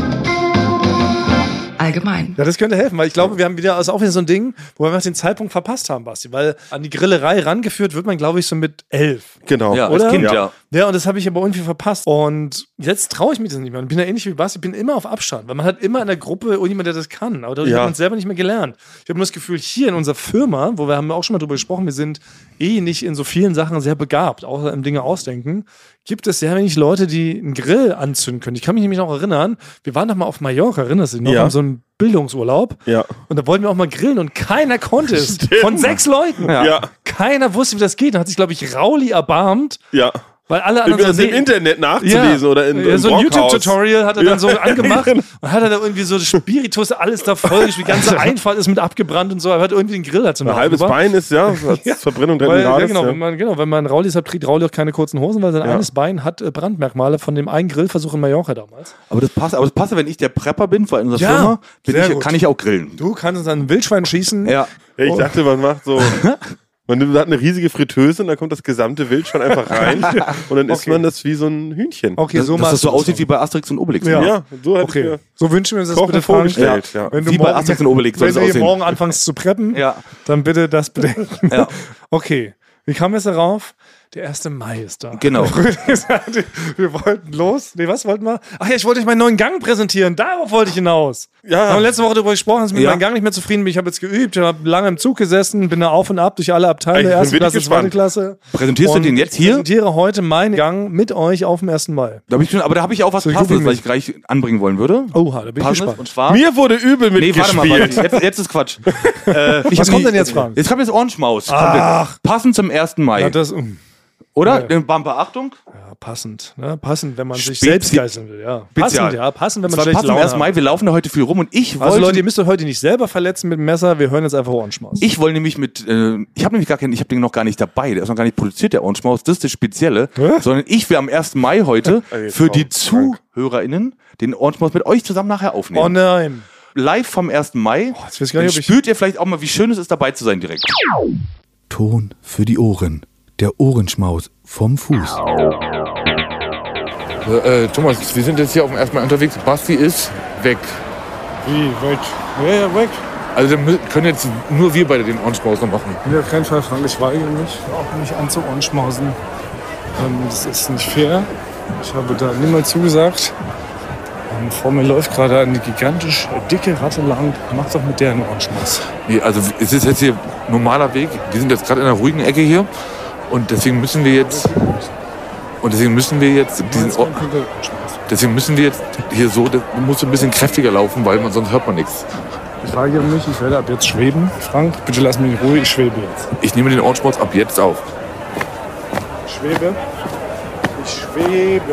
Speaker 4: Allgemein.
Speaker 3: Ja, das könnte helfen, weil ich glaube, wir haben wieder, also auch wieder so ein Ding, wo wir einfach den Zeitpunkt verpasst haben, Basti, weil an die Grillerei rangeführt wird man, glaube ich, so mit elf.
Speaker 2: Genau.
Speaker 1: Ja,
Speaker 3: Oder?
Speaker 1: als Kind, ja.
Speaker 3: Ja, und das habe ich aber irgendwie verpasst. Und jetzt traue ich mich das nicht mehr. Und bin ja ähnlich wie Basti, bin immer auf Abstand, weil man hat immer in der Gruppe irgendjemand, der das kann. Aber dadurch
Speaker 2: Ja.
Speaker 3: hat man es selber nicht mehr gelernt. Ich habe nur das Gefühl, hier in unserer Firma, wo wir haben wir auch schon mal drüber gesprochen, wir sind eh nicht in so vielen Sachen sehr begabt, außer im Dinge ausdenken, gibt es sehr wenig Leute, die einen Grill anzünden können. Ich kann mich nämlich noch erinnern, wir waren doch mal auf Mallorca, erinnerst du dich noch,
Speaker 2: Ja.
Speaker 3: haben so einen Bildungsurlaub.
Speaker 2: Ja.
Speaker 3: Und da wollten wir auch mal grillen und keiner konnte
Speaker 2: [LAUGHS]
Speaker 3: es. Von sechs Leuten.
Speaker 2: Ja.
Speaker 3: Keiner wusste, wie das geht. Da hat sich, glaube ich, Rauli erbarmt.
Speaker 2: Ja.
Speaker 3: Weil alle
Speaker 2: Irgendwie
Speaker 3: anderen
Speaker 2: das
Speaker 3: so,
Speaker 2: im
Speaker 3: nee,
Speaker 2: Internet nachzulesen oder in,
Speaker 3: ja,
Speaker 2: im
Speaker 3: so ein
Speaker 2: Brockhaus.
Speaker 3: YouTube-Tutorial hat er dann so
Speaker 2: Ja. [LAUGHS]
Speaker 3: angemacht
Speaker 2: Genau.
Speaker 3: und hat er da irgendwie so Spiritus alles da voll, die
Speaker 2: [LAUGHS]
Speaker 3: ganze Einfahrt ist mit abgebrannt und so, er hat irgendwie den Grill dazu
Speaker 2: Ein halbes Bein ist, ja,
Speaker 3: [LAUGHS]
Speaker 2: hat Verbrennung drin
Speaker 3: Weil, ja,
Speaker 2: Rades,
Speaker 3: genau,
Speaker 2: ja.
Speaker 3: wenn man, genau, wenn man Rauli hat, trägt Rauli auch keine kurzen Hosen, weil sein eines Bein hat äh, Brandmerkmale von dem einen Grillversuch in Mallorca damals.
Speaker 1: Aber das passt, aber das passt, wenn ich der Prepper bin, vor allem in unserer
Speaker 3: Ja,
Speaker 1: Firma, bin
Speaker 3: sehr
Speaker 1: ich,
Speaker 3: gut.
Speaker 1: kann ich auch grillen.
Speaker 3: Du kannst uns an ein Wildschwein schießen.
Speaker 1: Ja.
Speaker 3: Oh.
Speaker 2: Ja, ich dachte, man
Speaker 3: [LAUGHS]
Speaker 2: macht so. Man nimmt- hat eine riesige Fritteuse und dann kommt das gesamte Wild schon
Speaker 3: [LAUGHS]
Speaker 2: einfach rein. und dann isst
Speaker 3: Okay.
Speaker 2: man das wie so ein Hühnchen.
Speaker 3: Okay,
Speaker 1: Dass,
Speaker 3: so
Speaker 1: dass
Speaker 3: machst
Speaker 1: das so
Speaker 3: du das
Speaker 1: aussieht wie bei Asterix und Obelix.
Speaker 3: Ja.
Speaker 2: Ja, so hätte ich
Speaker 3: Okay,
Speaker 2: mir
Speaker 3: so wünschen wir uns das
Speaker 2: Kochen
Speaker 3: bitte, Frank.
Speaker 2: vorgestellt. Ja.
Speaker 3: Wenn du
Speaker 1: Wie bei
Speaker 3: morgen-
Speaker 1: Asterix und Obelix soll
Speaker 3: Wenn
Speaker 1: es
Speaker 3: du hier
Speaker 1: aussehen.
Speaker 3: morgen anfängst zu preppen,
Speaker 1: Ja.
Speaker 3: dann bitte das bedenken.
Speaker 1: [LAUGHS] Ja.
Speaker 3: Okay, wie kam es darauf? Der 1. Mai ist da. [LAUGHS]
Speaker 1: Genau.
Speaker 3: wir wollten los. Nee, was wollten wir? Ach ja, ich wollte euch meinen neuen Gang präsentieren. Darauf wollte ich hinaus.
Speaker 2: Ja.
Speaker 3: Haben wir letzte Woche darüber gesprochen, dass ich mit
Speaker 1: Ja.
Speaker 3: meinem Gang nicht mehr zufrieden bin. Ich habe jetzt geübt, habe lange im Zug gesessen, bin da auf und ab durch alle
Speaker 2: Ich
Speaker 3: Abteile,
Speaker 2: bin
Speaker 3: erste
Speaker 2: wirklich
Speaker 3: Klasse, zweite
Speaker 2: gespannt.
Speaker 3: Klasse.
Speaker 1: Präsentierst
Speaker 3: Und
Speaker 1: du den jetzt
Speaker 3: Ich
Speaker 1: hier?
Speaker 3: präsentiere heute meinen Gang mit euch auf dem 1. Mai.
Speaker 1: Da hab ich schon, aber da habe ich auch was
Speaker 3: So, ich
Speaker 1: Passendes,
Speaker 3: google
Speaker 1: was ich gleich anbringen wollen würde.
Speaker 3: Oha, da bin ich gespannt.
Speaker 1: und zwar.
Speaker 2: Mir wurde übel
Speaker 1: Nee, warte mal,
Speaker 2: mitgespielt.
Speaker 1: warte. Jetzt, jetzt ist
Speaker 3: [LAUGHS]
Speaker 1: Quatsch. äh, ich
Speaker 3: Was
Speaker 1: hab
Speaker 3: kommt
Speaker 1: nie-
Speaker 3: denn jetzt, Frank?
Speaker 1: Jetzt kommt jetzt Orange Maus. Kommt jetzt. Passend zum 1. Mai.
Speaker 3: Ja, das, mm.
Speaker 1: Oder?
Speaker 3: Ja.
Speaker 1: Den Bumper, Achtung.
Speaker 3: Ja, passend. Ne? Passend, wenn man sich
Speaker 1: Spezi-
Speaker 3: selbst geißeln will. Ja.
Speaker 1: Spezial.
Speaker 3: Passend, ja. Passend, wenn
Speaker 1: Das
Speaker 3: man
Speaker 1: war
Speaker 3: schlechte
Speaker 1: passend
Speaker 3: Laune
Speaker 1: erst Mai,
Speaker 3: hat.
Speaker 1: wir laufen da heute viel rum und ich wollte.
Speaker 3: Also Leute, ihr müsst euch heute nicht selber verletzen mit dem Messer. Wir hören jetzt einfach Ohrenschmaus.
Speaker 1: ich wollte nämlich mit, äh, ich habe nämlich gar keinen, ich habe den noch gar nicht dabei, der ist noch gar nicht produziert, der Orange Maus, das ist das Spezielle, sondern ich werde am 1. Mai
Speaker 3: [LAUGHS]
Speaker 1: heute
Speaker 2: Ey, jetzt
Speaker 1: für die
Speaker 2: komm,
Speaker 1: ZuhörerInnen den Orange Maus mit euch zusammen nachher aufnehmen.
Speaker 3: oh nein.
Speaker 1: Live vom 1. Mai.
Speaker 3: jetzt weiß ich gar
Speaker 1: Dann
Speaker 3: nicht, ob ich-
Speaker 1: spürt ihr vielleicht auch mal, wie schön es ist, dabei zu sein direkt.
Speaker 5: Ton für die Ohren. Der Ohrenschmaus vom Fuß.
Speaker 6: Äh, äh, Thomas, wir sind jetzt hier auf dem ersten Mal unterwegs. Basti ist weg.
Speaker 7: Wie, weg? Ja, ja, weg.
Speaker 6: Also dann mü- können jetzt nur wir beide den Orange Maus noch machen.
Speaker 7: Ja, kein Fall, Frank. Ich weigere mich, auch mich anzuohrenschmausen. Ähm, das ist nicht fair. Ich habe da niemals zugesagt. Ähm, vor mir läuft gerade eine gigantisch dicke Ratte lang. Mach doch mit der einen Ohrenschmaus.
Speaker 6: Nee, also es ist jetzt hier normaler Weg. Wir sind jetzt gerade in einer ruhigen Ecke hier. Und deswegen müssen wir jetzt. Und deswegen müssen wir jetzt diesen Or deswegen müssen wir jetzt hier so, das muss ein bisschen kräftiger laufen, weil man, sonst hört man nichts.
Speaker 7: Ich weigere mich, ich werde ab jetzt schweben. Frank, bitte lass mich in Ruhe, ich schwebe jetzt.
Speaker 6: Ich nehme den Orange Maus ab jetzt auf.
Speaker 7: Ich schwebe. Ich schwebe.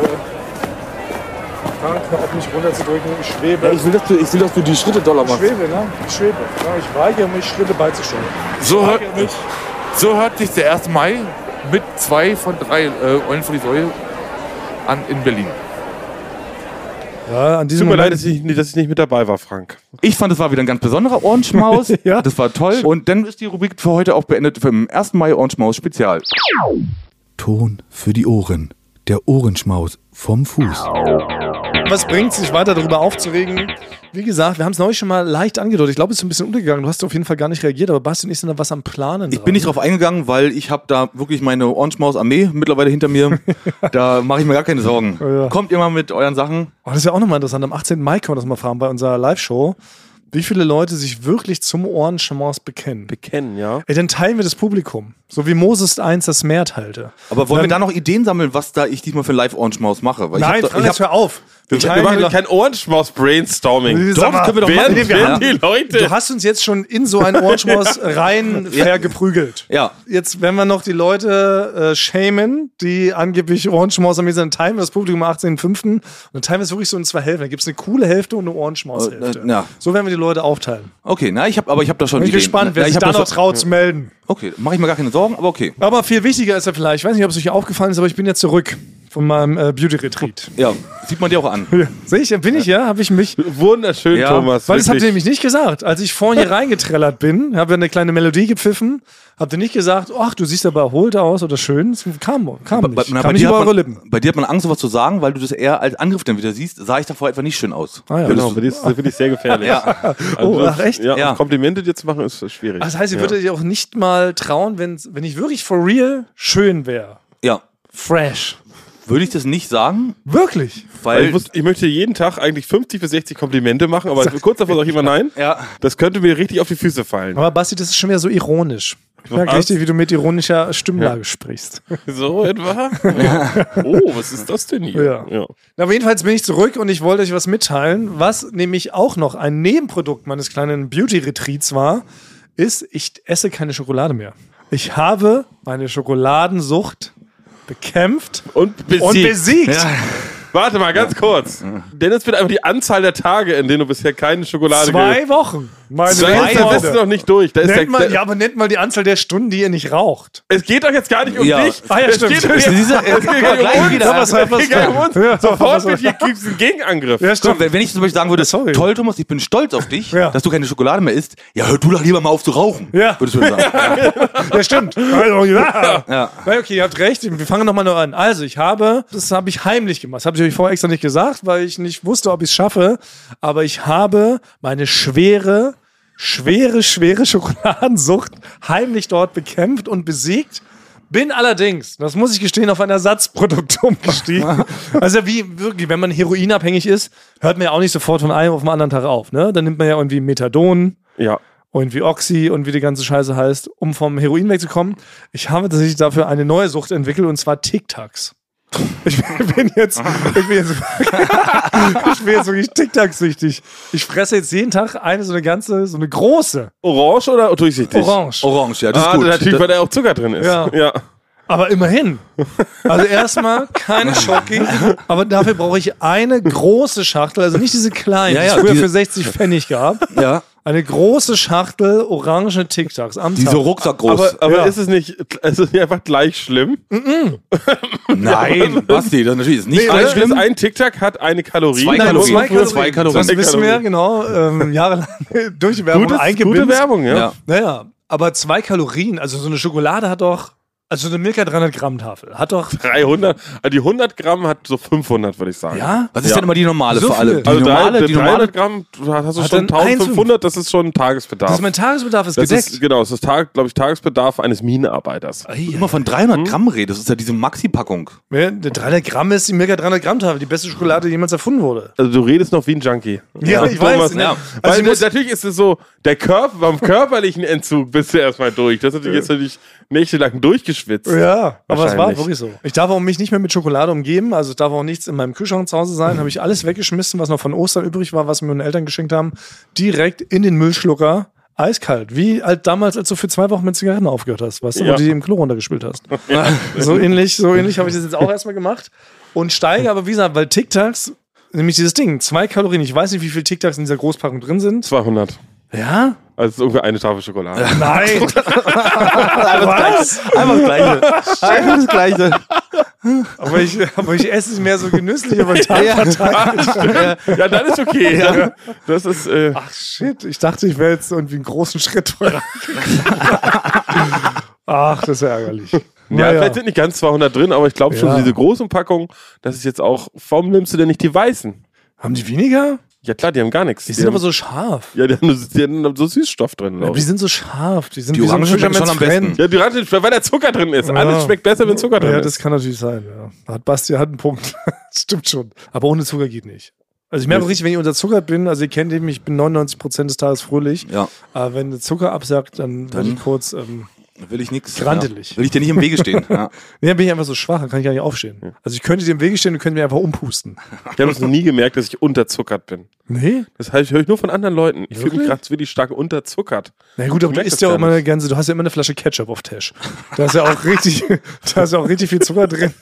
Speaker 7: Frank, hör auf mich runterzudrücken. Ich schwebe.
Speaker 3: Also,
Speaker 6: will, dass du, ich will, dass du die Schritte doller
Speaker 7: Ich schwebe, ne? Ich schwebe. Ja, Ich weigere mich, Schritte beizustellen.
Speaker 6: So hört,
Speaker 7: Weigere mich.
Speaker 6: so hört sich der 1. Mai mit zwei von drei äh, Eulen vor die Säule an in Berlin.
Speaker 3: Ja, an diesem
Speaker 2: Tut mir leid,
Speaker 3: Moment
Speaker 2: dass ich, nicht- dass ich nicht mit dabei war, Frank.
Speaker 1: Ich fand, es war wieder ein ganz besonderer
Speaker 3: [LAUGHS]
Speaker 1: Orange Maus. ja. Das war toll. Und dann ist die Rubrik für heute auch beendet für den 1. Mai Orange Maus Spezial.
Speaker 5: Ton für die Ohren. Der Ohrenschmaus vom Fuß.
Speaker 3: Was bringt sich weiter darüber aufzuregen? Wie gesagt, wir haben es neulich schon mal leicht angedeutet. Ich glaube, es ist ein bisschen untergegangen. Du hast auf jeden Fall gar nicht reagiert, aber Basti und ich sind da was am Planen.
Speaker 1: Ich bin nicht drauf eingegangen, weil ich habe da wirklich meine Orange Maus Armee mittlerweile hinter
Speaker 3: [LAUGHS]
Speaker 1: mir. da mache ich mir gar keine Sorgen.
Speaker 3: ja.
Speaker 1: Kommt ihr mal mit euren Sachen.
Speaker 3: Oh, das wäre auch nochmal interessant. Am 18. Mai können wir das mal fragen bei unserer Live-Show, wie viele Leute sich wirklich zum Ohrenschamaus bekennen.
Speaker 2: Kennen, ja.
Speaker 3: Ey, dann teilen wir das Publikum. So wie Moses 1 das Meer teilte.
Speaker 1: Aber wollen wir
Speaker 3: Dann-
Speaker 1: da noch Ideen sammeln, was da ich diesmal für Live Orange Maus mache? Weil
Speaker 3: Nein,
Speaker 1: ich hab
Speaker 3: Franz,
Speaker 1: da, ich hab,
Speaker 3: hör auf.
Speaker 2: Wir, wir machen kein Ohrenschmaus-Brainstorming.
Speaker 3: Doch,
Speaker 1: können wir doch
Speaker 2: Wer
Speaker 1: machen.
Speaker 2: sind
Speaker 1: Wir haben-
Speaker 2: die Leute?
Speaker 3: Du hast uns jetzt schon in so
Speaker 1: [LAUGHS]
Speaker 3: ein Ohrenschmaus rein vergeprügelt.
Speaker 1: Ja.
Speaker 3: Jetzt, wenn wir noch die Leute äh, shamen, die angeblich Ohrenschmaus am sind, teilen wir das Publikum am 18.05. und dann teilen wir es wirklich so in zwei Hälften. Dann gibt es eine coole Hälfte und eine Ohrenschmaus-Hälfte.
Speaker 1: Äh, na, ja.
Speaker 3: So werden wir die Leute aufteilen.
Speaker 1: okay, na, ich habe aber ich habe da schon
Speaker 3: Bin ich
Speaker 1: Ideen.
Speaker 3: gespannt, wer
Speaker 1: ja, ich
Speaker 3: sich
Speaker 1: hab
Speaker 3: da
Speaker 1: das-
Speaker 3: noch traut zu melden.
Speaker 1: Okay, mache ich mir gar keine Sorgen, aber okay.
Speaker 3: Aber viel wichtiger ist ja vielleicht, ich weiß nicht, ob es euch aufgefallen ist, aber ich bin ja zurück von meinem äh, Beauty-Retreat.
Speaker 1: Ja, sieht man dir auch an.
Speaker 3: Sehe ich, bin ich ja, habe ich mich
Speaker 2: Wunderschön,
Speaker 1: Ja,
Speaker 2: Thomas.
Speaker 3: Weil das habt ihr
Speaker 2: wirklich.
Speaker 3: nämlich nicht gesagt. Als ich vorhin hier reingetrellert bin, habe eine kleine Melodie gepfiffen, habt ihr nicht gesagt, ach, du siehst aber erholt aus oder schön. Es kam, kam
Speaker 1: Bei,
Speaker 3: nicht.
Speaker 1: na,
Speaker 3: kam
Speaker 1: bei,
Speaker 3: nicht
Speaker 1: dir
Speaker 3: über
Speaker 1: hat man,
Speaker 3: eure Lippen.
Speaker 1: bei dir hat man Angst, sowas zu sagen, weil du das eher als Angriff dann wieder siehst. Sah ich davor etwa nicht schön
Speaker 3: [LAUGHS]
Speaker 1: aus.
Speaker 3: Ah, ja.
Speaker 2: Genau, das ist wirklich sehr gefährlich.
Speaker 1: Ja.
Speaker 3: Oh,
Speaker 2: das-
Speaker 3: ach, echt?
Speaker 2: Ja,
Speaker 1: Ja.
Speaker 2: und Komplimente dir zu machen ist schwierig.
Speaker 3: Das heißt, ihr
Speaker 2: ja.
Speaker 3: würdet euch auch nicht mal trauen, wenn's, wenn ich wirklich for real schön wäre.
Speaker 1: ja.
Speaker 3: Fresh.
Speaker 1: Würde ich das nicht sagen,
Speaker 3: Wirklich?
Speaker 1: weil.
Speaker 2: Weil ich, muss, ich möchte jeden Tag eigentlich 50 bis 60 Komplimente machen, aber kurz davor sage ich immer nein.
Speaker 1: Ja.
Speaker 3: [LAUGHS]
Speaker 2: Das könnte mir richtig auf die Füße fallen.
Speaker 3: Aber Basti, das ist schon wieder so ironisch. Ich merke
Speaker 2: Was?
Speaker 3: richtig, wie du mit ironischer Stimmlage sprichst.
Speaker 2: So [LAUGHS] etwa? Ja. Oh, was ist das denn hier?
Speaker 3: Ja. Na, Aber jedenfalls bin ich zurück und ich wollte euch was mitteilen. Was nämlich auch noch ein Nebenprodukt meines kleinen Beauty-Retreats war, ist, ich esse keine Schokolade mehr. Ich habe meine Schokoladensucht bekämpft
Speaker 2: Und besiegt.
Speaker 3: und besiegt.
Speaker 2: Warte mal, ganz kurz. Dennis, bitte einfach die Anzahl der Tage, in denen du bisher keine Schokolade
Speaker 3: Zwei Wochen. Meine
Speaker 2: Zwei
Speaker 3: Freunde.
Speaker 2: Wochen. Das ist noch nicht durch. Da ist der,
Speaker 3: Nennt mal,
Speaker 2: der,
Speaker 3: ja, aber nennt mal die Anzahl der Stunden, die ihr nicht raucht.
Speaker 2: Es geht doch jetzt gar nicht um
Speaker 1: Ja.
Speaker 2: dich.
Speaker 3: Ah, ja,
Speaker 2: es
Speaker 3: stimmt.
Speaker 2: Geht, es,
Speaker 1: Siehst du,
Speaker 2: [LAUGHS] es geht gar nicht um
Speaker 1: gleich
Speaker 2: uns.
Speaker 1: wieder.
Speaker 2: Es geht gar nicht um uns.
Speaker 3: Ja.
Speaker 2: Sofort mit hier gibt's einen Gegenangriff.
Speaker 3: Ja,
Speaker 1: Guck,
Speaker 3: stimmt.
Speaker 1: wenn wenn ich zum Beispiel sagen würde,
Speaker 3: Sorry.
Speaker 1: toll, Thomas, ich bin stolz auf dich,
Speaker 3: Ja.
Speaker 1: dass du keine Schokolade mehr isst. Ja, hör du doch lieber mal auf zu rauchen.
Speaker 3: Ja.
Speaker 1: Würdest du dann sagen.
Speaker 3: Ja, stimmt. Also, ja.
Speaker 1: Ja.
Speaker 3: Na, Okay, ihr habt recht. Wir fangen nochmal neu an. Also, ich habe, das habe ich heimlich gemacht. Das habe ich euch vorher extra nicht gesagt, weil ich nicht wusste, ob ich es schaffe. Aber ich habe meine schwere, schwere, schwere Schokoladensucht heimlich dort bekämpft und besiegt. Bin allerdings, das muss ich gestehen, auf ein Ersatzprodukt [LAUGHS] umgestiegen. Also wie wirklich, wenn man heroinabhängig ist, hört man ja auch nicht sofort von einem auf den anderen Tag auf. Ne? Dann nimmt man ja irgendwie Methadon,
Speaker 2: Ja.
Speaker 3: und wie Oxy und wie die ganze Scheiße heißt, um vom Heroin wegzukommen. Ich habe tatsächlich dafür eine neue Sucht entwickelt und zwar Tic-Tacs. Ich bin jetzt, ich bin jetzt, [LAUGHS] ich bin jetzt wirklich Tic-Tac-süchtig. Ich fresse jetzt jeden Tag eine so eine ganze, so eine große
Speaker 2: Orange oder durchsichtig?
Speaker 3: Orange.
Speaker 1: Orange, ja, das
Speaker 2: Ah,
Speaker 1: ist gut.
Speaker 2: natürlich, weil da auch Zucker drin ist.
Speaker 3: Ja.
Speaker 2: ja.
Speaker 3: Aber immerhin. Also erstmal keine Schocke, aber dafür brauche ich eine große Schachtel, also nicht diese kleinen,
Speaker 1: Ja,
Speaker 3: die
Speaker 1: ja,
Speaker 3: es früher
Speaker 1: diese-
Speaker 3: für 60 Pfennig gab.
Speaker 1: Ja.
Speaker 3: Eine große Schachtel orange Tic Tacs am
Speaker 1: Die
Speaker 3: Tag.
Speaker 1: so rucksackgroß.
Speaker 2: Aber, aber
Speaker 3: Ja.
Speaker 2: ist es nicht, ist es nicht einfach gleich schlimm?
Speaker 1: Nein, Basti, das natürlich ist nicht
Speaker 2: Nee,
Speaker 1: gleich
Speaker 2: weißt du,
Speaker 1: schlimm.
Speaker 2: Ein Tic-Tac hat eine Kalorie.
Speaker 1: Zwei
Speaker 3: Nein,
Speaker 1: Kalorien.
Speaker 3: zwei Kalorien.
Speaker 1: Zwei
Speaker 3: das
Speaker 1: Kalorien.
Speaker 3: wissen wir, genau, ähm, [LAUGHS] jahrelang durch die Werbung
Speaker 2: Gutes,
Speaker 3: eingebimst.
Speaker 2: gute Werbung, ja.
Speaker 1: Ja.
Speaker 3: Naja, aber zwei Kalorien, also so eine Schokolade hat doch, also so eine Milka 300 Gramm Tafel hat doch
Speaker 2: 300, also die 100 Gramm hat so 500, würde ich sagen.
Speaker 3: Ja?
Speaker 1: Was ist
Speaker 2: Ja.
Speaker 1: denn immer die normale
Speaker 3: So
Speaker 1: für alle?
Speaker 3: viel.
Speaker 1: Die
Speaker 2: Also
Speaker 1: normale,
Speaker 2: drei,
Speaker 1: die
Speaker 2: 300
Speaker 1: normale.
Speaker 2: Gramm, du hast du
Speaker 3: Hat
Speaker 2: schon
Speaker 3: dann
Speaker 2: 1500, das ist schon ein Tagesbedarf.
Speaker 3: Das ist mein Tagesbedarf ist
Speaker 2: Das
Speaker 3: gedeckt.
Speaker 2: ist, genau, das ist, glaube ich, Tagesbedarf eines Minenarbeiters.
Speaker 1: Ey, Immer von 300 Gramm redest, das ist ja diese Maxi-Packung.
Speaker 3: Ja, eine 300 Gramm ist die Milka 300 Gramm Tafel, die beste Schokolade, die jemals erfunden wurde.
Speaker 2: Also du redest noch wie ein Junkie.
Speaker 3: Ja, ich weiß, ne?
Speaker 2: Ja.
Speaker 3: Also
Speaker 2: Weil
Speaker 3: ich muss-
Speaker 2: natürlich ist es so, der Körper, beim körperlichen Entzug bist du erstmal durch. Das hat dich jetzt natürlich nächtelang durchgeschwitzt.
Speaker 3: Ja, aber es war
Speaker 2: Wahrscheinlich.
Speaker 3: wirklich so. Ich darf auch mich nicht mehr mit Schokolade umgeben, also es darf auch nichts in meinem Kühlschrank zu Hause
Speaker 2: Mhm.
Speaker 3: sein. Habe ich alles weggeschmissen, was noch von Ostern übrig war, was mir meine Eltern geschenkt haben, direkt in den Müllschlucker, eiskalt. Wie halt damals, als du für zwei Wochen mit Zigaretten aufgehört hast, weißt du,
Speaker 2: Ja.
Speaker 3: und die im Klo runtergespült
Speaker 2: [LAUGHS]
Speaker 3: hast. [LAUGHS] So ähnlich, so ähnlich habe ich das jetzt auch erstmal gemacht. Und steige aber, wie gesagt, weil Tic Tacs, nämlich dieses Ding, zwei Kalorien, ich weiß nicht, wie viel Tic Tacs in dieser Großpackung drin sind.
Speaker 2: 200.
Speaker 3: Ja?
Speaker 2: Also es ist ungefähr eine Tafel Schokolade.
Speaker 3: Nein! Was?
Speaker 1: Einfach das [LAUGHS] Gleiche. Einfach das Gleiche.
Speaker 3: Aber ich, aber ich esse es mehr so genüsslich,
Speaker 2: [LAUGHS]
Speaker 3: aber Tag für Tag.
Speaker 2: [LAUGHS] Ja, dann ist okay. Dann- Das ist, äh,
Speaker 3: Ach shit, ich dachte, ich wäre jetzt irgendwie einen großen Schritt
Speaker 2: [LAUGHS]
Speaker 3: voran. Ach, das ist ja ärgerlich.
Speaker 2: ja,
Speaker 3: Naja.
Speaker 2: vielleicht sind nicht ganz 200 drin, aber ich glaube schon,
Speaker 3: Ja.
Speaker 2: diese großen Packungen, das ist jetzt auch, warum nimmst du denn nicht die weißen?
Speaker 3: Haben die weniger?
Speaker 2: Ja klar, die haben gar nichts.
Speaker 3: Die sind aber so scharf.
Speaker 2: ja, die haben, nur- die haben so Süßstoff drin. glaub
Speaker 3: Die
Speaker 2: ich.
Speaker 3: sind so scharf. Die sind
Speaker 1: Die
Speaker 3: wie so ein
Speaker 1: Orangen schmecken
Speaker 3: Fisherman's
Speaker 1: schon am
Speaker 3: Friend.
Speaker 1: besten.
Speaker 2: Ja, die Ratte, weil da Zucker drin ist. Alles schmeckt besser, wenn Zucker drin
Speaker 3: Ja,
Speaker 2: ist.
Speaker 3: das kann natürlich sein. Ja. Da Hat Basti hat einen Punkt. [LAUGHS] Stimmt schon. Aber ohne Zucker geht nicht. Also ich merke auch richtig, wenn ich unterzuckert bin, also ihr kennt eben, ich bin 99% des Tages fröhlich.
Speaker 1: Ja.
Speaker 3: Aber wenn der Zucker absackt, dann, dann.
Speaker 1: Dann-
Speaker 3: bin ich kurz. Ähm,
Speaker 1: Will ich nix.
Speaker 3: Grantelig.
Speaker 1: Ja. Will ich dir nicht im Wege stehen. Ja.
Speaker 3: Nee, dann bin ich einfach so schwach, dann kann ich gar nicht aufstehen. Also ich könnte dir im Wege stehen und könnte mir einfach umpusten.
Speaker 2: Ich habe es noch nie gemerkt, dass ich unterzuckert bin.
Speaker 3: Nee?
Speaker 2: Das heißt, ich höre ich nur von anderen Leuten. Ich fühle mich
Speaker 3: Wirklich?
Speaker 2: gerade wirklich stark unterzuckert.
Speaker 3: Na gut, aber
Speaker 2: Ich
Speaker 3: du
Speaker 2: merk
Speaker 3: isst
Speaker 2: das
Speaker 3: ja auch
Speaker 2: gar
Speaker 3: immer eine
Speaker 2: nicht.
Speaker 3: ganze, du hast ja immer eine Flasche Ketchup auf Tash. Da ist ja auch richtig, [LAUGHS] da ist ja auch richtig viel Zucker drin.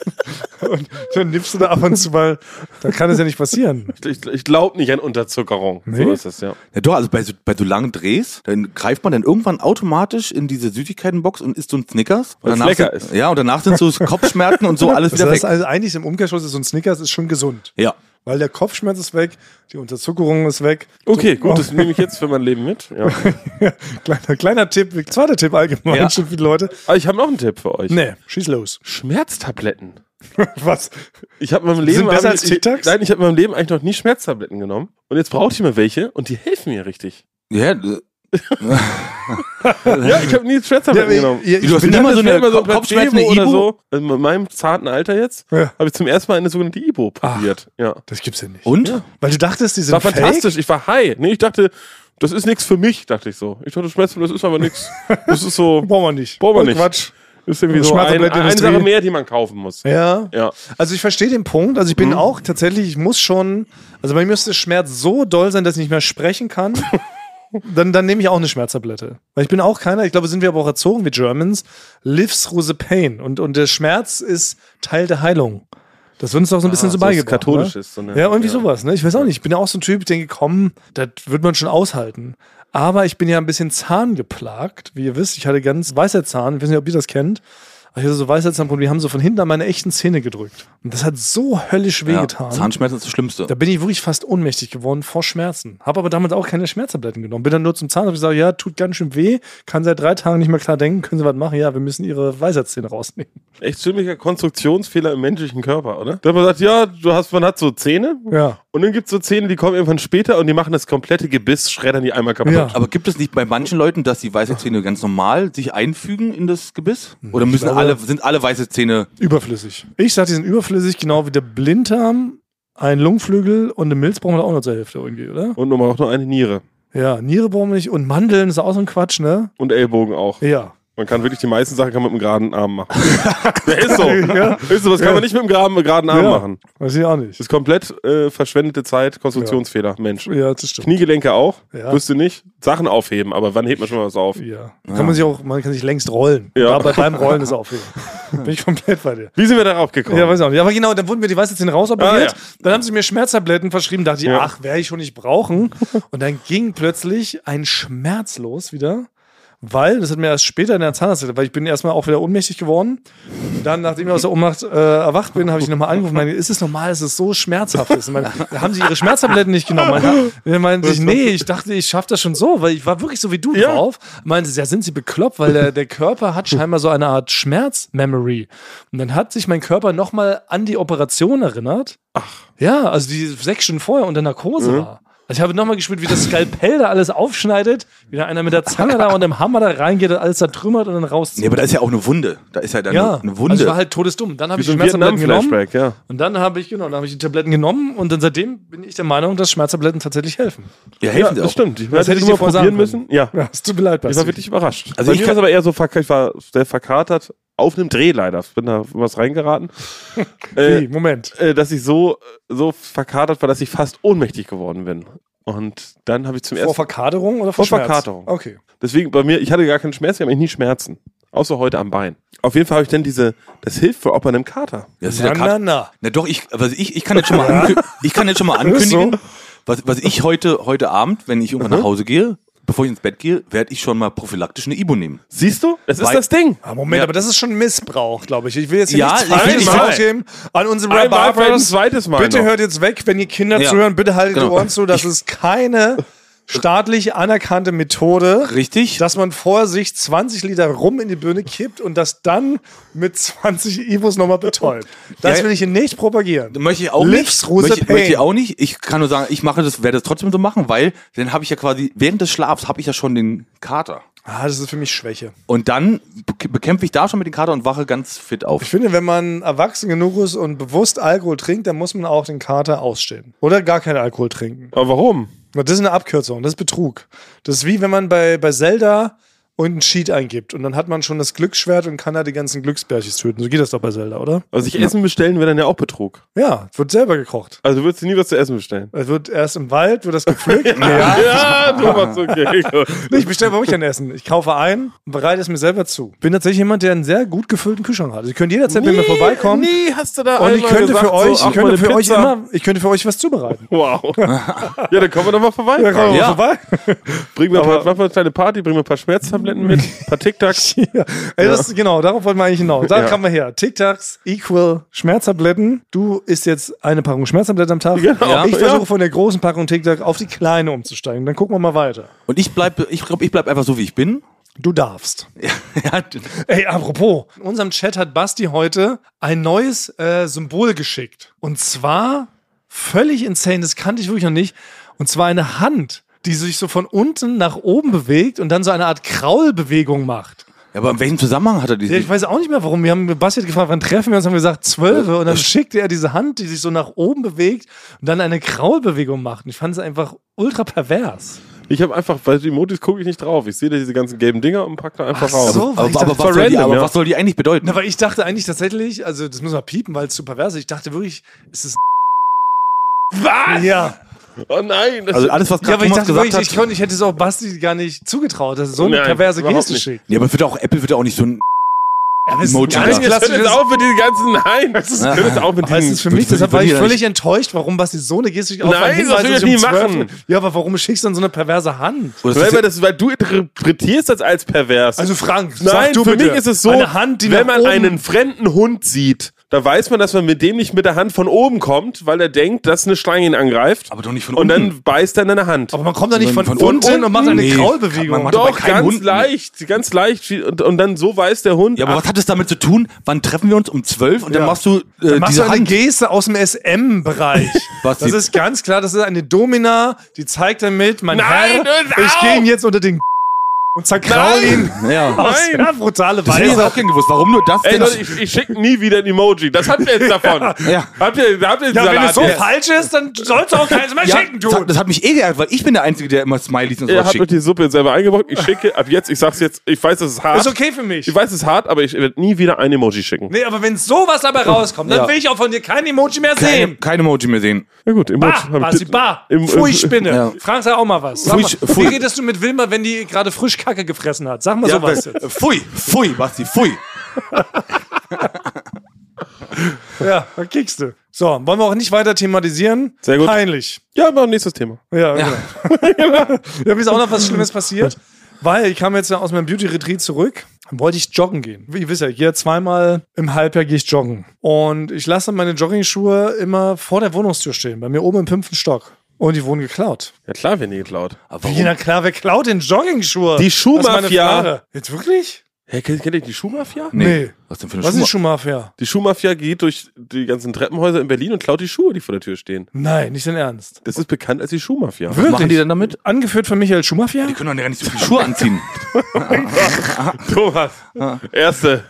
Speaker 3: Und dann nimmst du da ab und zu mal, da kann es ja nicht passieren.
Speaker 2: Ich, ich glaube nicht an Unterzuckerung.
Speaker 3: Nee?
Speaker 2: So ist es, ja.
Speaker 1: ja doch, also bei so, bei so langen Drehs, dann greift man dann irgendwann automatisch in diese Süßigkeitenbox und isst so einen Snickers. Und
Speaker 2: Weil's
Speaker 1: danach
Speaker 2: lecker
Speaker 1: sind,
Speaker 2: ist.
Speaker 1: Ja, und danach [LAUGHS] sind so Kopfschmerzen und so alles
Speaker 3: Also
Speaker 1: wieder
Speaker 3: das ist
Speaker 1: weg.
Speaker 3: also eigentlich im Umkehrschluss ist so ein Snickers ist schon gesund.
Speaker 1: Ja.
Speaker 3: Weil der Kopfschmerz ist weg, die Unterzuckerung ist weg.
Speaker 2: Okay,
Speaker 3: So,
Speaker 2: gut, das nehme ich jetzt für mein Leben mit.
Speaker 3: [LAUGHS]
Speaker 2: Ja.
Speaker 3: Kleiner, kleiner Tipp, zweiter Tipp allgemein [LAUGHS]
Speaker 1: Ja.
Speaker 3: schon viele Leute.
Speaker 2: Aber ich habe noch einen Tipp für euch.
Speaker 3: Nee, schieß los. [LAUGHS]
Speaker 2: Schmerztabletten.
Speaker 3: Was?
Speaker 2: Ich habe in meinem Leben
Speaker 3: besser als
Speaker 2: eigentlich-
Speaker 3: Tic Tacs?
Speaker 2: Ich, nein, ich habe in meinem Leben eigentlich noch nie Schmerztabletten genommen. Und jetzt brauchte ich mir welche und die helfen mir richtig.
Speaker 1: Ja, äh,
Speaker 2: Ja, ich habe nie Schmerztabletten
Speaker 3: Ja, aber
Speaker 2: genommen.
Speaker 3: ich- ich-
Speaker 1: Du hast immer so eine Kopf- Kopfschmerzen,
Speaker 2: Kopfschmerzen
Speaker 1: eine
Speaker 2: oder
Speaker 1: Ibo?
Speaker 2: so. Also In meinem zarten Alter jetzt
Speaker 3: Ja. Ah.
Speaker 2: habe ich zum ersten Mal eine sogenannte Ibo probiert. Ja.
Speaker 3: Das gibt's ja nicht.
Speaker 1: und?
Speaker 3: Weil du dachtest, die sind
Speaker 2: war
Speaker 3: fake?
Speaker 2: fantastisch. Ich war high. Nee, ich dachte, das ist nichts für mich, dachte ich so. Ich dachte, Schmerzen, das ist aber nichts. Das ist so,
Speaker 3: Brauchen wir nicht.
Speaker 2: [LAUGHS] brauchen wir
Speaker 3: Oh,
Speaker 2: nicht.
Speaker 3: Quatsch.
Speaker 2: Ist irgendwie so ein, eine
Speaker 3: Schmerztablettenindustrie.
Speaker 2: Sache mehr, die man kaufen muss.
Speaker 3: Ja.
Speaker 2: Ja.
Speaker 3: Also ich verstehe den Punkt. Also ich
Speaker 2: Mhm.
Speaker 3: bin auch tatsächlich, ich muss schon, also bei mir müsste der Schmerz so doll sein, dass ich nicht mehr sprechen
Speaker 2: [LAUGHS]
Speaker 3: kann. Dann, dann nehme ich auch eine Schmerztablette. Weil ich bin auch keiner, ich glaube, sind wir aber auch erzogen, wir Germans, lives through the pain. Und, und der Schmerz ist Teil der Heilung. Das wird uns doch so ein bisschen so
Speaker 2: Ah, so was
Speaker 3: beigebracht.
Speaker 2: Katholisches, so
Speaker 3: Ne?
Speaker 2: eine-
Speaker 3: ja, irgendwie
Speaker 2: ja.
Speaker 3: sowas. Ne? Ich weiß auch nicht, ich bin ja auch so ein Typ, ich denke, komm, das wird man schon aushalten. Aber ich bin ja ein bisschen zahngeplagt, wie ihr wisst. Ich hatte ganz weißer Zahn, ich weiß nicht, ob ihr das kennt. Aber ich hatte so weißer Zahnprobleme, die haben so von hinten an meine echten Zähne gedrückt. Und das hat so höllisch wehgetan.
Speaker 1: Zahnschmerzen ist das Schlimmste.
Speaker 3: Da bin ich wirklich fast ohnmächtig geworden vor Schmerzen. Habe aber damals auch keine Schmerztabletten genommen. Bin dann nur zum Zahnarzt und gesagt, ja, tut ganz schön weh, kann seit drei Tagen nicht mehr klar denken, können Sie was machen? Ja, wir müssen Ihre Weisheitszähne rausnehmen.
Speaker 2: Echt ziemlicher Konstruktionsfehler im menschlichen Körper, oder? Da man sagt, ja, du hast, man hat so Zähne.
Speaker 3: Ja.
Speaker 2: Und dann gibt's so Zähne, die kommen irgendwann später und die machen das komplette Gebiss, schreddern die einmal kaputt.
Speaker 3: Ja.
Speaker 1: Aber gibt es nicht bei manchen Leuten, dass die weiße Zähne ganz normal sich einfügen in das Gebiss? Oder müssen
Speaker 3: glaube-
Speaker 1: alle, sind alle weiße Zähne
Speaker 3: [LAUGHS] Überflüssig. Ich sag, die sind überflüssig, genau wie der Blinddarm, ein Lungenflügel und eine Milz brauchen wir auch noch zur Hälfte irgendwie, oder?
Speaker 2: Und nun mal auch nur eine Niere.
Speaker 3: Ja, Niere brauchen wir nicht und Mandeln ist auch so ein Quatsch, ne?
Speaker 2: Und Ellbogen auch.
Speaker 3: Ja.
Speaker 2: Man kann wirklich die meisten Sachen kann man mit dem geraden Arm [LAUGHS] machen. ja, ist so.
Speaker 3: Ja.
Speaker 2: Ist so, was kann man nicht mit dem geraden, geraden Arm
Speaker 3: ja.
Speaker 2: machen.
Speaker 3: Weiß ich auch nicht.
Speaker 2: Das ist komplett äh, verschwendete Zeit, Konstruktionsfehler, Mensch.
Speaker 3: Ja, das stimmt.
Speaker 2: Kniegelenke auch,
Speaker 3: Ja.
Speaker 2: wüsste nicht. Sachen aufheben, aber wann hebt man schon mal was auf?
Speaker 3: Ja. Kann man sich auch, man kann sich längst rollen.
Speaker 2: Ja. [LAUGHS]
Speaker 3: Aber beim Rollen ist auch viel. Bin ich komplett bei dir.
Speaker 2: Wie sind wir darauf gekommen?
Speaker 3: Ja, weiß ich auch nicht. Aber genau, dann wurden mir die Weißerzähne rausoperiert.
Speaker 2: Ah, ja.
Speaker 3: Dann haben sie mir Schmerztabletten verschrieben. Dachte ich,
Speaker 2: Ja.
Speaker 3: ach, werde ich schon nicht brauchen. Und dann ging plötzlich ein Schmerz los wieder. Weil, das hat mir erst später in der Zahnarzt, weil ich bin erstmal auch wieder ohnmächtig geworden. Dann, nachdem ich aus der Ohnmacht äh, erwacht bin, habe ich nochmal angerufen. Meine, ist es normal, dass es so schmerzhaft ist? Und Meine, da haben sie ihre Schmerztabletten nicht genommen? Meine, dann meinte ich, nee, ich dachte, ich schaffe das schon so, weil ich war wirklich so wie du drauf. Meinte sie, ja, sind sie bekloppt, weil der, der Körper hat scheinbar so eine Art Schmerzmemory. Und dann hat sich mein Körper nochmal an die Operation erinnert. Ach. Ja, also die sechs Stunden vorher unter Narkose
Speaker 1: Mhm.
Speaker 3: war. Also ich habe nochmal gespielt, wie das Skalpell da alles aufschneidet, wie da einer mit der Zange da und dem Hammer da reingeht und alles zertrümmert und dann rauszieht.
Speaker 1: Nee, aber da ist ja auch eine Wunde. Da ist ja dann
Speaker 3: Ja,
Speaker 1: eine
Speaker 3: Also
Speaker 1: Wunde.
Speaker 3: ich war halt todesdumm. Dann habe
Speaker 2: Wie
Speaker 3: ich
Speaker 2: so
Speaker 3: die
Speaker 2: ein
Speaker 3: Schmerztabletten genommen.
Speaker 2: Vietnam-Flashback, ja.
Speaker 3: Und dann habe ich, genau, dann habe ich die Tabletten genommen und dann seitdem bin ich der Meinung, dass Schmerztabletten tatsächlich helfen.
Speaker 1: ja,
Speaker 2: Ja,
Speaker 1: helfen sie
Speaker 2: das
Speaker 1: auch.
Speaker 2: stimmt. Ich
Speaker 3: hätte ich dir
Speaker 2: nur
Speaker 3: vorher sagen
Speaker 2: probieren müssen. Ja.
Speaker 3: [LAUGHS] Ja, es tut mir leid,
Speaker 2: Ich
Speaker 3: Basti.
Speaker 2: war wirklich überrascht.
Speaker 1: Also
Speaker 2: Also
Speaker 1: ich
Speaker 2: ich war
Speaker 1: kann-
Speaker 2: aber eher so verkatert, ich war sehr verkatert auf einem Dreh leider. Bin da was reingeraten.
Speaker 3: [LAUGHS]
Speaker 2: äh,
Speaker 3: Wie? Moment.
Speaker 2: äh, dass ich so, so verkatert war, dass ich fast ohnmächtig geworden bin. Und dann habe ich zum
Speaker 3: Vor
Speaker 2: ersten
Speaker 3: Verkaterung oder vor,
Speaker 2: Vor
Speaker 3: Schmerz?
Speaker 2: Verkaterung.
Speaker 3: Okay.
Speaker 2: Deswegen bei mir, ich hatte gar keinen Schmerz, ich habe eigentlich nie Schmerzen. Außer heute am Bein. Auf jeden Fall habe ich dann diese, das hilft wohl auch bei einem Kater.
Speaker 1: Ja, das ist
Speaker 3: Na,
Speaker 1: ja
Speaker 3: na,
Speaker 1: Kat-
Speaker 3: na.
Speaker 1: Na doch, ich, also ich, ich kann jetzt
Speaker 3: [LAUGHS]
Speaker 1: schon mal, ankü- ich kann jetzt schon mal ankündigen, was, was ich heute, heute Abend, wenn ich irgendwann
Speaker 3: Mhm.
Speaker 1: nach Hause gehe, bevor ich ins Bett gehe, werde ich schon mal prophylaktisch eine Ibo nehmen.
Speaker 2: Siehst du? Das ist
Speaker 1: Weil-
Speaker 2: das Ding.
Speaker 3: Ah, Moment,
Speaker 1: Ja.
Speaker 3: aber das ist schon Missbrauch, glaube ich. Ich will jetzt hier
Speaker 1: Ja,
Speaker 3: nichts
Speaker 1: ich will-
Speaker 3: Falsches
Speaker 2: ich will-
Speaker 3: rausgeben an unsere
Speaker 2: Einmal, vielleicht ein
Speaker 3: Rap-Barbers.
Speaker 2: zweites Mal
Speaker 3: Bitte
Speaker 2: noch.
Speaker 3: hört jetzt weg, wenn ihr Kinder
Speaker 1: Ja.
Speaker 3: zuhören, bitte haltet die
Speaker 1: Genau.
Speaker 3: Ohren zu. Das ist [LAUGHS] keine staatlich anerkannte Methode.
Speaker 1: Richtig?
Speaker 3: Dass man vor sich 20 Liter rum in die Birne kippt und das dann mit 20 Ivos nochmal betäubt. Das
Speaker 1: Ja.
Speaker 3: will ich hier nicht propagieren.
Speaker 1: Möchte ich auch
Speaker 3: Lives
Speaker 1: nicht.
Speaker 3: Rose
Speaker 1: möchte,
Speaker 3: Payne.
Speaker 1: möchte ich auch nicht. Ich kann nur sagen, ich mache das, werde das trotzdem so machen, weil dann habe ich ja quasi, während des Schlafs habe ich ja schon den Kater.
Speaker 3: Ah, das ist für mich Schwäche.
Speaker 1: Und dann bek- bekämpfe ich da schon mit dem Kater und wache ganz fit
Speaker 3: Ich
Speaker 1: auf.
Speaker 3: finde, wenn man erwachsen genug ist und bewusst Alkohol trinkt, dann muss man auch den Kater ausstehen. Oder gar keinen Alkohol trinken.
Speaker 2: Aber warum?
Speaker 3: Na, Das ist eine Abkürzung, das ist Betrug. Das ist wie wenn man bei, bei Zelda und einen Cheat eingibt und dann hat man schon das Glücksschwert und kann da die ganzen Glücksbärchis töten. So geht das doch bei Zelda, oder?
Speaker 2: Also sich Essen bestellen wäre dann ja auch Betrug.
Speaker 3: Ja, wird selber gekocht.
Speaker 2: Also würdest du nie was zu essen bestellen.
Speaker 3: Es wird erst im Wald, wird das gepflückt.
Speaker 1: [LAUGHS]
Speaker 2: [LAUGHS] Ja, Thomas, okay. gut.
Speaker 3: Ich bestelle bei euch ein Essen. Ich kaufe ein und bereite es mir selber zu. Bin tatsächlich jemand, der einen sehr gut gefüllten Kühlschrank hat. Also ihr könnt jederzeit bei mir vorbeikommen.
Speaker 2: Nie hast du da
Speaker 3: Und ich
Speaker 2: einmal
Speaker 3: könnte,
Speaker 2: gesagt,
Speaker 3: für euch,
Speaker 2: so,
Speaker 3: ich,
Speaker 2: ach, meine
Speaker 3: könnte für euch
Speaker 2: Pizza.
Speaker 3: immer, ich könnte für euch was zubereiten.
Speaker 2: Wow. [LAUGHS] Ja, dann kommen wir doch mal vorbei.
Speaker 3: Ja, komm mal
Speaker 1: Ja.
Speaker 3: vorbei. [LAUGHS]
Speaker 2: Bring mir ein paar, mach mal eine kleine Party, bring mir ein paar Schmerztabletten [LAUGHS] mit, ein paar Tic-Tacs.
Speaker 3: Ja. Ey, das, genau, darauf wollten wir eigentlich hinaus. Da
Speaker 2: Ja.
Speaker 3: kamen wir her. Tic-Tacs equal Schmerztabletten. Du isst jetzt eine Packung Schmerztabletten am Tag.
Speaker 2: Genau,
Speaker 3: Ich
Speaker 2: ja.
Speaker 3: versuche von der großen Packung Tic-Tac auf die kleine umzusteigen. Dann gucken wir mal weiter.
Speaker 1: Und ich bleib, ich glaube, ich bleib einfach so, wie ich bin. [LAUGHS]
Speaker 3: Du darfst.
Speaker 1: ja,
Speaker 3: Ey, apropos. In unserem Chat hat Basti heute ein neues äh, Symbol geschickt. Und zwar völlig insane, das kannte ich wirklich noch nicht. Und zwar eine Hand, die sich so von unten nach oben bewegt und dann so eine Art Kraulbewegung macht.
Speaker 1: aber in welchem Zusammenhang hat er
Speaker 3: Ja, ich
Speaker 1: diesen?
Speaker 3: weiß auch nicht mehr warum. Wir haben Basti hat gefragt, wann treffen wir uns? Haben wir gesagt, zwölfe. Und dann schickte er diese Hand, die sich so nach oben bewegt und dann eine Kraulbewegung macht. Und ich fand es einfach ultra pervers.
Speaker 2: Ich habe einfach, bei den Emojis gucke ich nicht drauf. Ich sehe da diese ganzen gelben Dinger und pack da einfach
Speaker 3: Ach
Speaker 2: raus.
Speaker 3: so.
Speaker 1: Aber,
Speaker 3: weil ich
Speaker 1: aber, was,
Speaker 3: dachte,
Speaker 1: soll die,
Speaker 2: random,
Speaker 1: aber
Speaker 2: ja.
Speaker 1: was soll die eigentlich bedeuten?
Speaker 3: Na, weil ich dachte eigentlich tatsächlich, also das muss man piepen, weil es zu pervers ist. Ich dachte wirklich, es ist [LAUGHS]
Speaker 2: Was?
Speaker 3: Ja,
Speaker 2: Oh nein. Das
Speaker 1: Also alles, was
Speaker 3: ja
Speaker 1: gerade
Speaker 3: aber
Speaker 1: Thomas
Speaker 3: ich dachte
Speaker 1: gesagt
Speaker 3: wirklich,
Speaker 1: hat.
Speaker 3: ich, konnte, ich hätte es auch Basti gar nicht zugetraut, dass er so eine
Speaker 2: Oh Nein,
Speaker 3: perverse
Speaker 2: überhaupt
Speaker 3: Geste
Speaker 2: nicht.
Speaker 3: schickt.
Speaker 1: Ja, aber es wird auch, Apple wird ja auch nicht so ein
Speaker 3: Ja, aber es ist
Speaker 1: Emoji
Speaker 3: gar
Speaker 1: da.
Speaker 3: nicht
Speaker 1: Jetzt
Speaker 2: Hört
Speaker 3: klassisch.
Speaker 2: jetzt auf mit diesen ganzen Nein. Das ist, hört jetzt auf mit
Speaker 3: Aber es ist für
Speaker 2: diesen.
Speaker 3: mich, deshalb war ich
Speaker 1: verlieren
Speaker 3: völlig enttäuscht, warum Basti so eine Geste schickt. auf
Speaker 2: Nein,
Speaker 3: einen
Speaker 2: das
Speaker 3: Hinweis,
Speaker 2: will ich
Speaker 3: dass
Speaker 2: nie
Speaker 3: um 12
Speaker 2: machen.
Speaker 3: Uhr- Ja, aber warum schickst du dann so eine perverse Hand?
Speaker 1: Oder ist das
Speaker 2: Weil, weil,
Speaker 1: jetzt-
Speaker 2: das, weil du interpretierst das als pervers.
Speaker 3: Also Frank, sag
Speaker 2: nein,
Speaker 3: du
Speaker 2: für
Speaker 3: bitte.
Speaker 2: mich ist es so,
Speaker 3: Eine Hand, die
Speaker 2: wenn
Speaker 3: nach
Speaker 2: man
Speaker 3: oben-
Speaker 2: einen fremden Hund sieht, da weiß man, dass man mit dem nicht mit der Hand von oben kommt, weil er denkt, dass eine Schlange ihn angreift.
Speaker 1: Aber doch nicht von
Speaker 2: Und
Speaker 1: unten.
Speaker 2: dann beißt er in deine Hand.
Speaker 3: Aber man kommt da nicht von,
Speaker 1: Sondern von
Speaker 3: unten,
Speaker 1: unten?
Speaker 3: und macht eine
Speaker 1: Nee,
Speaker 3: Kraulbewegung.
Speaker 1: man macht
Speaker 3: Doch.
Speaker 1: aber
Speaker 2: Doch,
Speaker 1: keinen
Speaker 2: ganz
Speaker 1: Hund-
Speaker 2: leicht, ganz leicht. Und, und dann so weiß der Hund.
Speaker 1: Ja, aber
Speaker 2: ach,
Speaker 1: was hat es damit zu tun? Wann treffen wir uns? Um 12 und dann
Speaker 3: Ja.
Speaker 1: machst du äh,
Speaker 3: Dann machst
Speaker 1: diese
Speaker 3: du eine
Speaker 1: Hand.
Speaker 3: Geste aus
Speaker 1: [LAUGHS]
Speaker 3: dem SM-Bereich.
Speaker 1: Basti.
Speaker 3: Das ist ganz klar, das ist eine Domina, die zeigt damit, mein
Speaker 2: Nein,
Speaker 3: Herr,
Speaker 2: hör
Speaker 3: ich
Speaker 2: auf!
Speaker 3: gehe ihn jetzt unter den [LAUGHS] und zerkraul ihn
Speaker 1: Ja.
Speaker 3: auf sehr brutale
Speaker 1: Das hätte ich jetzt
Speaker 3: Weise.
Speaker 1: auch gern gewusst. Warum nur das
Speaker 2: Ey
Speaker 1: denn?
Speaker 2: Leute, ich, ich schicke nie wieder ein Emoji. Das habt
Speaker 3: [LAUGHS]
Speaker 2: ihr jetzt davon.
Speaker 1: Ja.
Speaker 2: Habt ihr, habt ihr den
Speaker 3: Ja, wenn
Speaker 2: Salat
Speaker 3: es so
Speaker 2: jetzt?
Speaker 3: falsch ist, dann sollst du auch keins mehr
Speaker 1: ja,
Speaker 3: schicken,
Speaker 1: das,
Speaker 3: du.
Speaker 1: hat, das hat mich eh geärgert, weil ich bin der Einzige, der immer Smileys und
Speaker 2: Ihr
Speaker 1: sowas
Speaker 2: habt euch
Speaker 1: schickt.
Speaker 2: die Suppe jetzt selber eingebracht. Ich schicke ab jetzt, ich sag's jetzt, ich weiß, es ist hart.
Speaker 3: Ist okay für mich.
Speaker 2: Ich weiß, es ist hart, aber ich werde nie wieder ein Emoji schicken.
Speaker 3: Nee, aber wenn sowas dabei rauskommt, dann
Speaker 1: Ja.
Speaker 3: will ich auch von dir kein Emoji mehr
Speaker 1: Keine,
Speaker 3: sehen.
Speaker 1: keine Emoji mehr sehen.
Speaker 2: Ja gut, Emoji.
Speaker 3: Bah, Basti, bah. Pfui, Spinne.
Speaker 1: Ja.
Speaker 3: Frank, sag auch mal was. Sag
Speaker 1: Pfui,
Speaker 3: mal,
Speaker 1: pfui.
Speaker 3: wie redest du mit Wilma, wenn die gerade frisch Kacke gefressen hat? Sag mal sowas jetzt.
Speaker 1: Pfui, pfui, Basti, pfui.
Speaker 3: Ja, da kickst du. So, wollen wir auch nicht weiter thematisieren?
Speaker 2: Sehr gut.
Speaker 3: Peinlich.
Speaker 2: [LAUGHS] Ja, aber nächstes Thema.
Speaker 3: Ja, genau. [LAUGHS] ja, mir ist auch noch was Schlimmes passiert, weil ich kam jetzt ja aus meinem Beauty-Retreat zurück. Dann Wollte ich joggen gehen. Wie Ihr wisst ja, hier zweimal im Halbjahr gehe ich joggen. Und ich lasse meine Joggingschuhe immer vor der Wohnungstür stehen, bei mir oben im fünften Stock. Und die wurden geklaut.
Speaker 2: Ja klar, wenn die geklaut.
Speaker 1: Aber
Speaker 3: Wie, na klar, wer klaut denn Joggingschuhe?
Speaker 2: Die
Speaker 3: Das ist meine
Speaker 2: Schuhmafia.
Speaker 3: Frage. Jetzt wirklich?
Speaker 2: Hä, kennt, kennt ihr die Schuhmafia?
Speaker 3: Nee.
Speaker 1: Was denn für eine
Speaker 3: Was
Speaker 1: Schuhe?
Speaker 3: ist Schuhmafia?
Speaker 2: Die Schuhmafia geht durch die ganzen Treppenhäuser in Berlin und klaut die Schuhe, die vor der Tür stehen.
Speaker 3: Nein, nicht in Ernst.
Speaker 2: Das ist bekannt als die Schuhmafia.
Speaker 3: Wirklich?
Speaker 1: machen die denn damit?
Speaker 3: Angeführt von Michael Schuhmafia?
Speaker 1: Die können doch gar nicht so viele Schuhe
Speaker 3: [LAUGHS]
Speaker 1: anziehen.
Speaker 2: Thomas.
Speaker 3: [LAUGHS]
Speaker 2: Erste.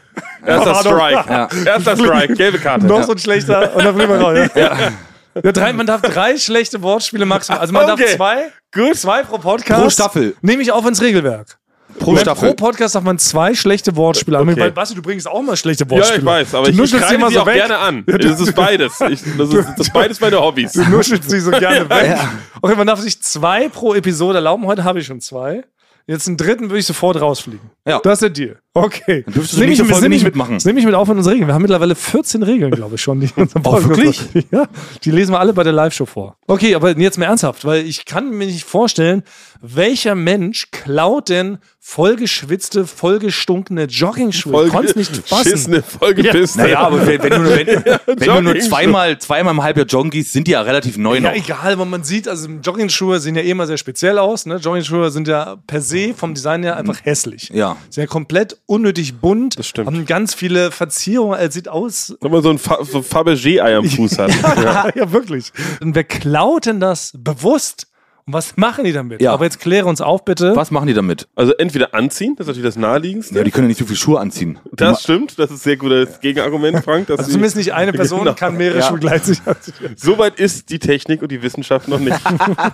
Speaker 2: Erster
Speaker 3: Verwarnung.
Speaker 2: Strike.
Speaker 1: Ja.
Speaker 2: Erster Strike. Gelbe Karte.
Speaker 3: Noch so ein schlechter. Und dann fliegen wir raus.
Speaker 2: [LAUGHS]
Speaker 3: Ja. Ja, drei, man darf drei schlechte Wortspiele maximal. Also man darf
Speaker 2: Okay.
Speaker 3: zwei,
Speaker 2: Gut.
Speaker 3: zwei pro Podcast.
Speaker 1: Pro Staffel.
Speaker 3: Nehme ich auf ins Regelwerk.
Speaker 1: Pro
Speaker 3: Wenn
Speaker 1: Staffel.
Speaker 3: Pro Podcast darf man zwei schlechte Wortspiele haben.
Speaker 2: Okay.
Speaker 3: Weil, Basti, du bringst auch mal schlechte
Speaker 2: Ja,
Speaker 3: Wortspiele.
Speaker 2: ich weiß, aber
Speaker 3: du
Speaker 2: ich, ich
Speaker 3: nuschelst die
Speaker 2: kreide
Speaker 3: immer
Speaker 2: die
Speaker 3: so
Speaker 2: auch
Speaker 3: weg.
Speaker 2: gerne an. Das ist beides. Ich, das, ist, das ist beides meine Hobbys.
Speaker 3: Du nuschelst sie
Speaker 1: [LAUGHS]
Speaker 3: so gerne weg. Okay, man darf sich zwei pro Episode erlauben. Heute habe ich schon zwei. Jetzt einen dritten würde ich sofort rausfliegen.
Speaker 1: Ja.
Speaker 3: Das ist der Deal. Okay. Dann
Speaker 1: dürftest du die nächste Folge nicht mitmachen.
Speaker 3: Das nehme ich mit auf in unsere Regeln. Wir haben mittlerweile 14 Regeln, glaube ich, schon. Die in unserem
Speaker 1: Oh,
Speaker 3: Podcast-
Speaker 1: wirklich?
Speaker 3: [LAUGHS] Ja. Die lesen wir alle bei der Live-Show vor. Okay, aber jetzt mal ernsthaft, weil ich kann mir nicht vorstellen, welcher Mensch klaut denn vollgeschwitzte, vollgestunkene Jogging-Schuhe? Ich konnte es nicht fassen.
Speaker 2: Schissene Folge ja.
Speaker 1: Naja, aber wenn, wenn du
Speaker 3: [LAUGHS]
Speaker 1: nur, wenn, wenn du nur
Speaker 2: Jogging-Schuhe.
Speaker 1: zweimal, zweimal im Halbjahr joggen gehst, sind die ja relativ neu
Speaker 3: Ja,
Speaker 1: noch.
Speaker 3: egal, aber man sieht, also Joggingschuhe sehen ja eh immer sehr speziell aus. Ne? Joggingschuhe sind ja per se vom Design her einfach hässlich.
Speaker 1: Ja.
Speaker 3: Sind ja komplett unnötig bunt. Das
Speaker 2: stimmt.
Speaker 3: Haben ganz viele Verzierungen. Es sieht aus.
Speaker 2: Wenn man so ein Fa so
Speaker 3: [LAUGHS]
Speaker 2: Fabergé-Ei am Fuß hat.
Speaker 3: Ja. wirklich. Und wer klaut denn das bewusst? Und was machen die damit?
Speaker 1: Ja.
Speaker 3: Aber jetzt kläre uns auf, bitte.
Speaker 1: Was machen die damit?
Speaker 2: Also entweder anziehen, das ist natürlich das naheliegendste.
Speaker 1: Ja, die können ja nicht so viele Schuhe anziehen.
Speaker 2: das stimmt, das ist sehr gutes
Speaker 3: [LAUGHS]
Speaker 2: Gegenargument, Frank. Dass
Speaker 3: Also
Speaker 2: sie-
Speaker 3: zumindest nicht eine Person
Speaker 2: [LAUGHS] Genau.
Speaker 3: kann mehrere Schuhe gleichzeitig anziehen.
Speaker 2: So weit ist die Technik und die Wissenschaft
Speaker 3: [LAUGHS]
Speaker 2: noch nicht.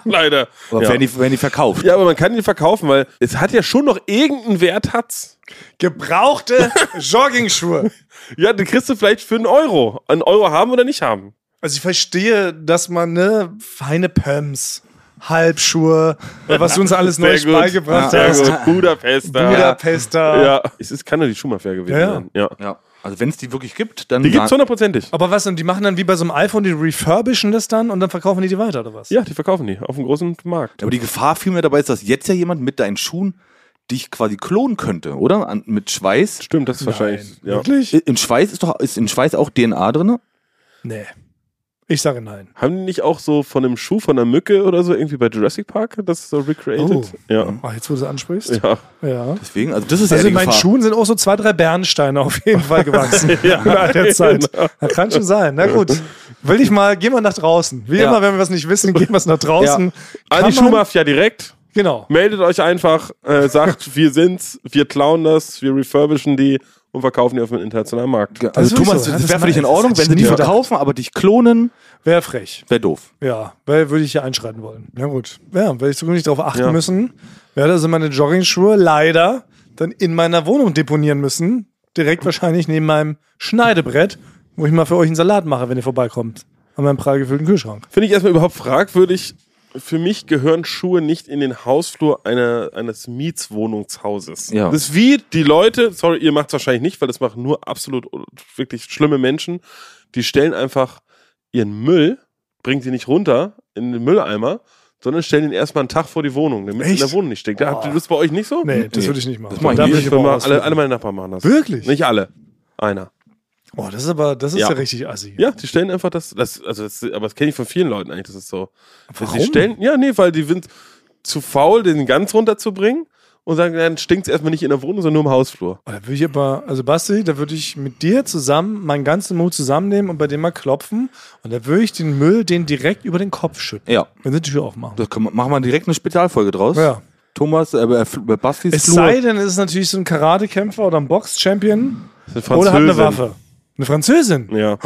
Speaker 2: Leider.
Speaker 1: Aber
Speaker 2: Ja.
Speaker 1: werden, die, werden die verkauft?
Speaker 2: ja, aber man kann ihn verkaufen, weil es hat ja schon noch irgendeinen Wert, hat's.
Speaker 3: Gebrauchte Joggingschuhe.
Speaker 2: Ja, den kriegst du vielleicht für einen Euro. Einen Euro haben oder nicht haben.
Speaker 3: Also ich verstehe, dass man ne feine Pumps, Halbschuhe, was du uns alles neu
Speaker 2: gut.
Speaker 3: beigebracht
Speaker 2: Sehr
Speaker 3: hast.
Speaker 2: gut. Budapester.
Speaker 3: Budapester.
Speaker 2: Ja, es ist, kann ja die Schuhmafia gewesen
Speaker 3: Ja, ja.
Speaker 2: sein. Ja.
Speaker 1: Ja. Also wenn es die wirklich gibt, dann
Speaker 2: Die gibt's hundertprozentig.
Speaker 3: Aber was denn? Die machen dann wie bei so einem iPhone, die refurbischen das dann und dann verkaufen die die weiter oder was?
Speaker 2: Ja, die verkaufen die auf dem großen Markt.
Speaker 1: Aber die Gefahr vielmehr dabei ist, dass jetzt ja jemand mit deinen Schuhen dich quasi klonen könnte, oder? An, mit Schweiß.
Speaker 2: Stimmt, das ist wahrscheinlich. Ja.
Speaker 3: Wirklich?
Speaker 1: In Schweiß ist doch ist in Schweiß auch DNA drin?
Speaker 3: Nee. Ich sage nein.
Speaker 2: Haben die nicht auch so von einem Schuh, von einer Mücke oder so irgendwie bei Jurassic Park das so recreated?
Speaker 3: Oh.
Speaker 2: Ja.
Speaker 3: Ah, jetzt, wo du es ansprichst.
Speaker 2: Ja.
Speaker 3: Ja.
Speaker 1: Deswegen, also das ist ja
Speaker 3: Also
Speaker 1: die
Speaker 3: in meinen
Speaker 1: Gefahr.
Speaker 3: Schuhen sind auch so zwei, drei Bernsteine auf jeden Fall gewachsen. ja, in der Zeit. Das kann schon sein. Na gut. Will ich mal, gehen wir nach draußen. Wie
Speaker 1: Ja.
Speaker 3: immer, wenn wir was nicht wissen, gehen wir es nach draußen.
Speaker 2: An
Speaker 3: Kann
Speaker 2: Ah, die
Speaker 3: man-
Speaker 2: Schuhmafia direkt.
Speaker 3: Genau.
Speaker 2: Meldet euch einfach,
Speaker 3: [LAUGHS]
Speaker 2: äh, sagt, wir sind's, wir klauen das, wir refurbischen die und verkaufen die auf dem internationalen Markt.
Speaker 1: Ja, Also
Speaker 3: ist wirklich
Speaker 1: Thomas,
Speaker 3: so, ja,
Speaker 1: das
Speaker 3: das
Speaker 1: wäre für dich in
Speaker 3: ist- das
Speaker 1: Ordnung,
Speaker 3: hätte ich
Speaker 1: wenn sie die
Speaker 3: nie gedacht.
Speaker 1: verkaufen, aber dich klonen,
Speaker 3: Wäre frech.
Speaker 1: wäre doof.
Speaker 3: Ja, weil würde ich hier einschreiten wollen. Na gut. Ja, werde ich zukünftig darauf achten
Speaker 2: Ja.
Speaker 3: müssen. Werde also meine Joggingschuhe leider dann in meiner Wohnung deponieren müssen. Direkt wahrscheinlich neben meinem Schneidebrett, wo ich mal für euch einen Salat mache, wenn ihr vorbeikommt. An meinem prall gefüllten Kühlschrank.
Speaker 2: Finde ich erstmal überhaupt fragwürdig. Für mich gehören Schuhe nicht in den Hausflur einer, eines Mietswohnungshauses.
Speaker 1: Ja.
Speaker 2: Das ist wie die Leute, sorry, ihr macht es wahrscheinlich nicht, weil das machen nur absolut wirklich schlimme Menschen. Die stellen einfach ihren Müll, bringen sie nicht runter in den Mülleimer, sondern stellen ihn erstmal einen Tag vor die Wohnung, damit es in
Speaker 3: Echt?
Speaker 2: der Wohnung nicht stinkt. Habt ihr das bei euch nicht so?
Speaker 3: Nee, das würde ich nicht machen.
Speaker 1: Das mach ich
Speaker 3: Da
Speaker 1: nicht.
Speaker 3: würde
Speaker 2: Ich
Speaker 3: aber
Speaker 2: mal,
Speaker 3: auch
Speaker 2: alle,
Speaker 3: ausflippen.
Speaker 2: alle meine Nachbarn machen das.
Speaker 3: Wirklich?
Speaker 2: Nicht alle. Einer.
Speaker 3: Boah, das ist aber, das ist ja,
Speaker 2: Ja.
Speaker 3: richtig assi.
Speaker 2: Ja, die stellen einfach das, das also das, aber das kenne ich von vielen Leuten eigentlich, das ist so. Warum? Die
Speaker 3: Warum?
Speaker 2: stellen, ja, nee, weil die sind zu faul, den ganz runterzubringen und sagen, dann stinkt es erstmal nicht in der Wohnung, sondern nur im Hausflur.
Speaker 3: Oh, Da würde ich aber, also Basti, da würde ich mit dir zusammen meinen ganzen Mut zusammennehmen und bei dem mal klopfen. Und da würde ich den Müll den direkt über den Kopf schütten.
Speaker 1: Ja.
Speaker 3: Wenn sie die Tür aufmachen.
Speaker 1: Das können wir, machen wir direkt eine Spezialfolge draus.
Speaker 3: Ja.
Speaker 1: Thomas, äh, äh, Fl- äh, Bastis
Speaker 3: Es sei denn, es ist natürlich so ein Karatekämpfer oder ein Box-Champion.
Speaker 2: Das ist
Speaker 3: Oder hat eine Waffe. Eine Französin.
Speaker 2: Ja,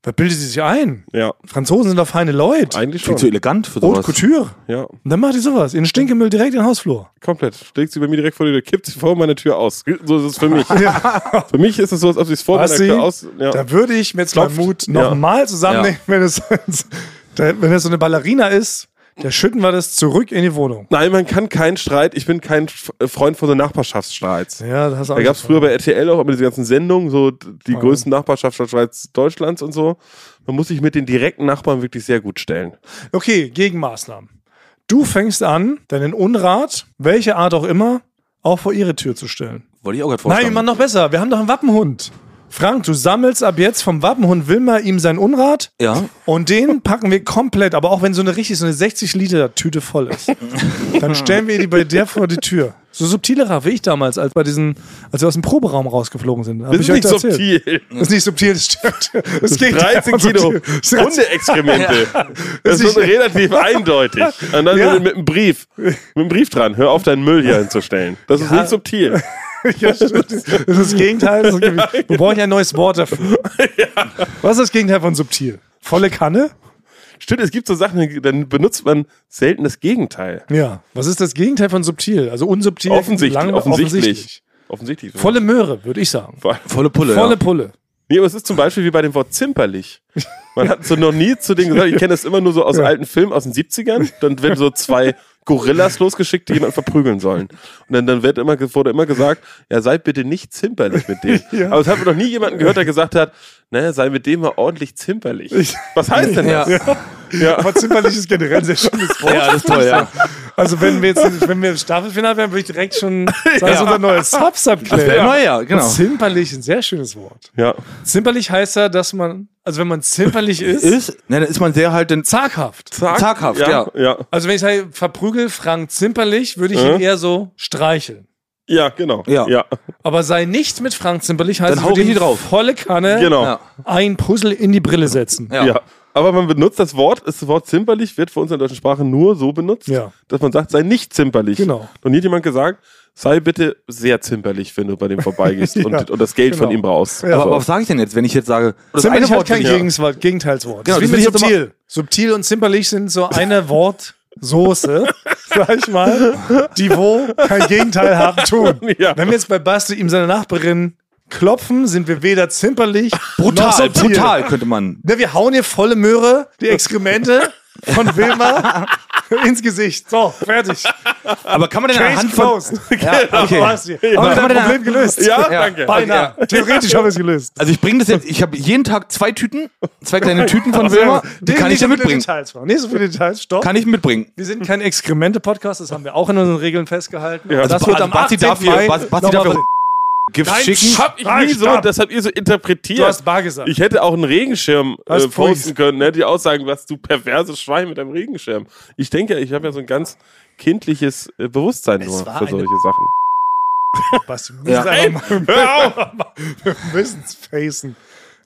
Speaker 3: Da bildet sie sich ein.
Speaker 2: ja,
Speaker 3: Franzosen sind doch feine Leute.
Speaker 2: eigentlich
Speaker 1: viel zu
Speaker 2: schon.
Speaker 1: elegant für
Speaker 3: Haute
Speaker 1: sowas.
Speaker 3: Couture.
Speaker 2: Ja,
Speaker 3: Und dann macht die sowas. Ihren Stinkemüll direkt in den Hausflur.
Speaker 2: komplett. Schlägt sie bei mir direkt vor die Tür, kippt sie vor meine Tür aus. So ist es
Speaker 3: [LAUGHS]
Speaker 2: für mich. Für mich ist es so, als ob sie es vor meiner
Speaker 3: Basti,
Speaker 2: Tür aus. Ja.
Speaker 3: Da würde ich mir jetzt meinen [LAUGHS]
Speaker 2: Klopft.
Speaker 3: Mut nochmal zusammennehmen, wenn, es, da- wenn das so eine Ballerina ist, Da schütten wir das zurück in die Wohnung.
Speaker 2: Nein, man kann keinen Streit. Ich bin kein F- Freund von so Nachbarschaftsstreits.
Speaker 3: Ja, das hast du
Speaker 2: Da gab es früher bei RTL auch immer diese ganzen Sendungen, so die
Speaker 3: Ah.
Speaker 2: größten Nachbarschaftsstreits Deutschlands und so. Man muss sich mit den direkten Nachbarn wirklich sehr gut stellen.
Speaker 3: Okay, Gegenmaßnahmen. Du fängst an, deinen Unrat, welche Art auch immer, auch vor ihre Tür zu stellen.
Speaker 1: Wollte ich auch gerade
Speaker 2: Oh,
Speaker 3: Nein,
Speaker 1: vorstellen.
Speaker 3: wir machen noch besser. Wir haben doch einen Wappenhund. Frank, du sammelst ab jetzt vom Wappenhund Wilma ihm sein Unrat
Speaker 1: Ja.
Speaker 3: und den packen wir komplett, aber auch wenn so eine richtig, so eine 60-Liter-Tüte voll ist, dann stellen wir die bei der vor die Tür. So subtile Raff wie ich damals, als bei diesen, als wir aus dem Proberaum rausgeflogen sind. Hab
Speaker 2: Das
Speaker 3: ich
Speaker 2: ist
Speaker 3: euch
Speaker 2: nicht
Speaker 3: da erzählt. [LAUGHS]
Speaker 2: subtil.
Speaker 3: Das ist nicht subtil, das stimmt. Das geht
Speaker 2: 13 Kilo
Speaker 3: [LAUGHS]
Speaker 2: Hundeexkremente. Das ist
Speaker 3: ist [LAUGHS]
Speaker 2: schon relativ eindeutig. Und dann
Speaker 3: Ja.
Speaker 2: mit einem Brief. Mit einem Brief dran. Hör auf, deinen Müll hier hinzustellen. Das ist nicht subtil.
Speaker 3: Ja, stimmt. Das ist das Gegenteil.
Speaker 2: [LAUGHS]
Speaker 3: Das ist, Wir brauchen ja ein neues Wort dafür. Was ist das Gegenteil von subtil? Volle Kanne?
Speaker 2: Stimmt, es gibt so Sachen, dann benutzt man selten das Gegenteil.
Speaker 3: Ja. Was ist das Gegenteil von subtil? Also unsubtil.
Speaker 2: Offensichtlich.
Speaker 3: lang-
Speaker 2: offensichtlich. Offensichtlich.
Speaker 3: Volle Möhre, würde ich sagen.
Speaker 2: Vor allem-
Speaker 1: Volle Pulle.
Speaker 3: Volle Pulle.
Speaker 2: Nee, aber es ist zum Beispiel wie bei dem Wort zimperlich. Man hat so noch nie zu denen gesagt, ich kenne das immer nur so aus alten Filmen aus den 70ern, dann werden so zwei Gorillas losgeschickt, die jemanden verprügeln sollen. Und dann, dann wird immer, wurde immer gesagt, ja, seid bitte nicht zimperlich mit dem. Aber es hat noch nie jemanden gehört, der gesagt hat, naja, sei mit dem mal ordentlich zimperlich. Was heißt denn das?
Speaker 1: Ja.
Speaker 2: Ja.
Speaker 3: Aber zimperlich ist generell ein sehr [LAUGHS] schönes Wort.
Speaker 1: Ja, das ist toll, ja.
Speaker 3: Also wenn wir jetzt, wenn wir im Staffelfinale wären, würde ich direkt schon sagen, das ist unser neues Sub-Sub
Speaker 1: Das wär- Naja, genau.
Speaker 3: Zimperlich, ein sehr schönes Wort.
Speaker 2: Ja.
Speaker 3: Zimperlich heißt ja, dass man, also wenn man zimperlich
Speaker 1: [LAUGHS]
Speaker 3: ist,
Speaker 1: Ist, ne, dann ist man sehr halt den
Speaker 3: zaghaft.
Speaker 1: zaghaft, ja.
Speaker 2: Ja, ja,
Speaker 3: Also wenn ich sage, verprügel Frank zimperlich, würde ich
Speaker 1: Äh?
Speaker 3: ihn eher so streicheln.
Speaker 2: ja, genau.
Speaker 1: Ja.
Speaker 2: ja.
Speaker 3: Aber sei nicht mit Frank zimperlich, heißt
Speaker 1: Dann
Speaker 3: es,
Speaker 1: hau
Speaker 3: würde
Speaker 1: ich
Speaker 3: ihm
Speaker 1: ihn drauf.
Speaker 3: volle Kanne
Speaker 2: Genau.
Speaker 1: Ja.
Speaker 3: ein Puzzle in die Brille setzen.
Speaker 1: Ja.
Speaker 2: Ja. Aber man benutzt das Wort, das Wort zimperlich wird für uns in der deutschen Sprache nur so benutzt,
Speaker 3: Ja.
Speaker 2: dass man sagt, sei nicht zimperlich.
Speaker 3: Genau.
Speaker 2: Und nie hat jemand gesagt, sei bitte sehr zimperlich, wenn du bei
Speaker 3: [LAUGHS]
Speaker 2: dem vorbeigehst
Speaker 3: Ja.
Speaker 2: und, und das Geld von
Speaker 3: Genau.
Speaker 2: ihm Also, brauchst.
Speaker 1: Aber,
Speaker 2: So.
Speaker 1: aber was sage ich denn jetzt, wenn ich jetzt sage, das
Speaker 3: Zimperlich hat halt kein
Speaker 1: finde ich-
Speaker 3: Gegens Gegenteilswort.
Speaker 1: Genau,
Speaker 3: Das ist
Speaker 1: das
Speaker 3: wie
Speaker 1: will ich
Speaker 3: mit
Speaker 1: jetzt
Speaker 3: subtil. Subtil und zimperlich sind so [LAUGHS] eine Wortsoße, sag ich mal, die wo kein Gegenteil haben [LAUGHS] tun.
Speaker 2: Ja.
Speaker 3: Wenn wir jetzt bei Basti ihm seine Nachbarin klopfen, sind wir weder zimperlich noch
Speaker 1: brutal,
Speaker 3: subtil.
Speaker 1: brutal könnte man.
Speaker 3: Ne, wir hauen hier volle Möhre, die Exkremente von [LAUGHS] Wilma ins Gesicht. So, [LAUGHS] fertig.
Speaker 1: Aber kann man denn
Speaker 3: Case
Speaker 1: anhand von,
Speaker 3: closed.
Speaker 1: [LAUGHS] Ja, okay.
Speaker 3: War's hier.
Speaker 1: Aber kann man
Speaker 3: Haben wir dein
Speaker 1: denn-
Speaker 3: Problem gelöst?
Speaker 2: Ja,
Speaker 1: Ja.
Speaker 2: danke.
Speaker 3: Beinahe. Theoretisch haben wir es gelöst.
Speaker 1: Also ich bringe das jetzt, ich habe jeden Tag zwei Tüten, zwei kleine Tüten von Wilma, die
Speaker 3: Den
Speaker 1: kann ich ja
Speaker 3: Also, nicht so viele
Speaker 1: mitbringen.
Speaker 3: Details machen. Nicht so viele Details, stopp.
Speaker 1: Kann ich mitbringen.
Speaker 3: wir sind kein Exkremente-Podcast, das haben wir auch in unseren Regeln festgehalten.
Speaker 2: Ja,
Speaker 3: Und das
Speaker 1: Also
Speaker 3: wird am
Speaker 1: Basti
Speaker 3: 18.
Speaker 1: darf hier-
Speaker 3: Mai
Speaker 1: Basti
Speaker 3: nochmal
Speaker 1: darf hier
Speaker 3: be-
Speaker 1: Gift
Speaker 3: Nein,
Speaker 1: schicken.
Speaker 2: Hab ich
Speaker 3: Nein,
Speaker 2: nie so,
Speaker 3: stopp.
Speaker 2: das habt ihr so interpretiert.
Speaker 3: Du hast bar gesagt.
Speaker 2: ich hätte auch einen Regenschirm
Speaker 3: Das
Speaker 2: äh,
Speaker 3: ist Furcht.
Speaker 2: posten können, hätte ich auch sagen, was du perverses Schwein mit deinem Regenschirm. Ich denke, ja, ich habe ja so ein ganz kindliches äh, Bewusstsein nur
Speaker 3: war
Speaker 2: für
Speaker 3: eine-
Speaker 2: solche Sachen.
Speaker 3: Basti, wir müssen
Speaker 1: Ja.
Speaker 3: einfach mal-
Speaker 2: Hör auf!
Speaker 3: [LAUGHS] wir müssen es facen.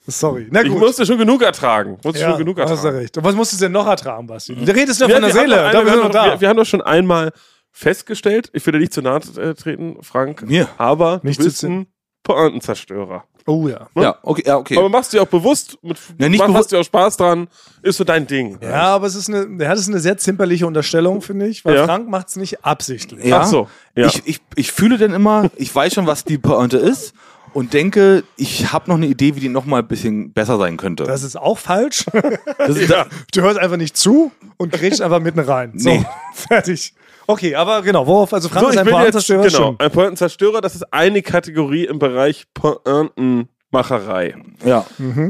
Speaker 3: Sorry. Na
Speaker 2: Ich
Speaker 3: gut.
Speaker 2: musste schon genug ertragen. Musste
Speaker 3: ja, also,
Speaker 2: schon genug
Speaker 3: hast du
Speaker 2: ertragen.
Speaker 3: recht. Und was musstest du denn noch ertragen, Basti? Du redest nur
Speaker 2: Ja,
Speaker 3: von der
Speaker 2: wir haben
Speaker 3: Seele.
Speaker 2: doch
Speaker 3: Da bist
Speaker 2: einmal-
Speaker 3: du
Speaker 2: wir,
Speaker 3: noch
Speaker 2: haben doch,
Speaker 3: da.
Speaker 2: wir, wir haben doch schon einmal festgestellt, ich will dir nicht zu nahe äh, treten, Frank,
Speaker 1: Mir?
Speaker 2: aber
Speaker 3: Nicht
Speaker 2: du
Speaker 3: zu
Speaker 2: bist
Speaker 3: zehn.
Speaker 2: ein Pointenzerstörer.
Speaker 3: Oh ja.
Speaker 1: Ja, okay, ja, okay.
Speaker 2: Aber machst du dir auch bewusst, mit,
Speaker 1: Ja, nicht
Speaker 2: machst
Speaker 1: bewusst-
Speaker 2: dir auch Spaß dran, ist so dein Ding.
Speaker 3: Ja, aber es ist eine, ja, das ist eine sehr zimperliche Unterstellung, finde ich, weil
Speaker 2: Ja.
Speaker 3: Frank macht es nicht absichtlich.
Speaker 1: Ja.
Speaker 2: Ach so. Ja.
Speaker 1: Ich, ich, ich fühle dann immer, ich weiß schon, was die Pointe ist und denke, ich habe noch eine Idee, wie die noch mal ein bisschen besser sein könnte.
Speaker 3: Das ist auch falsch. [LAUGHS]
Speaker 1: Das ist-
Speaker 3: Du hörst einfach nicht zu und grätschst einfach mitten rein. So,
Speaker 1: Nee.
Speaker 3: [LAUGHS] fertig. Okay, aber genau, worauf, also Frank
Speaker 2: so,
Speaker 3: ist
Speaker 2: ich
Speaker 3: ein
Speaker 2: will jetzt,
Speaker 3: Pointenzerstörer
Speaker 2: genau,
Speaker 3: schon.
Speaker 2: ein Pointenzerstörer, das ist eine Kategorie im Bereich Pointenmacherei.
Speaker 1: ja.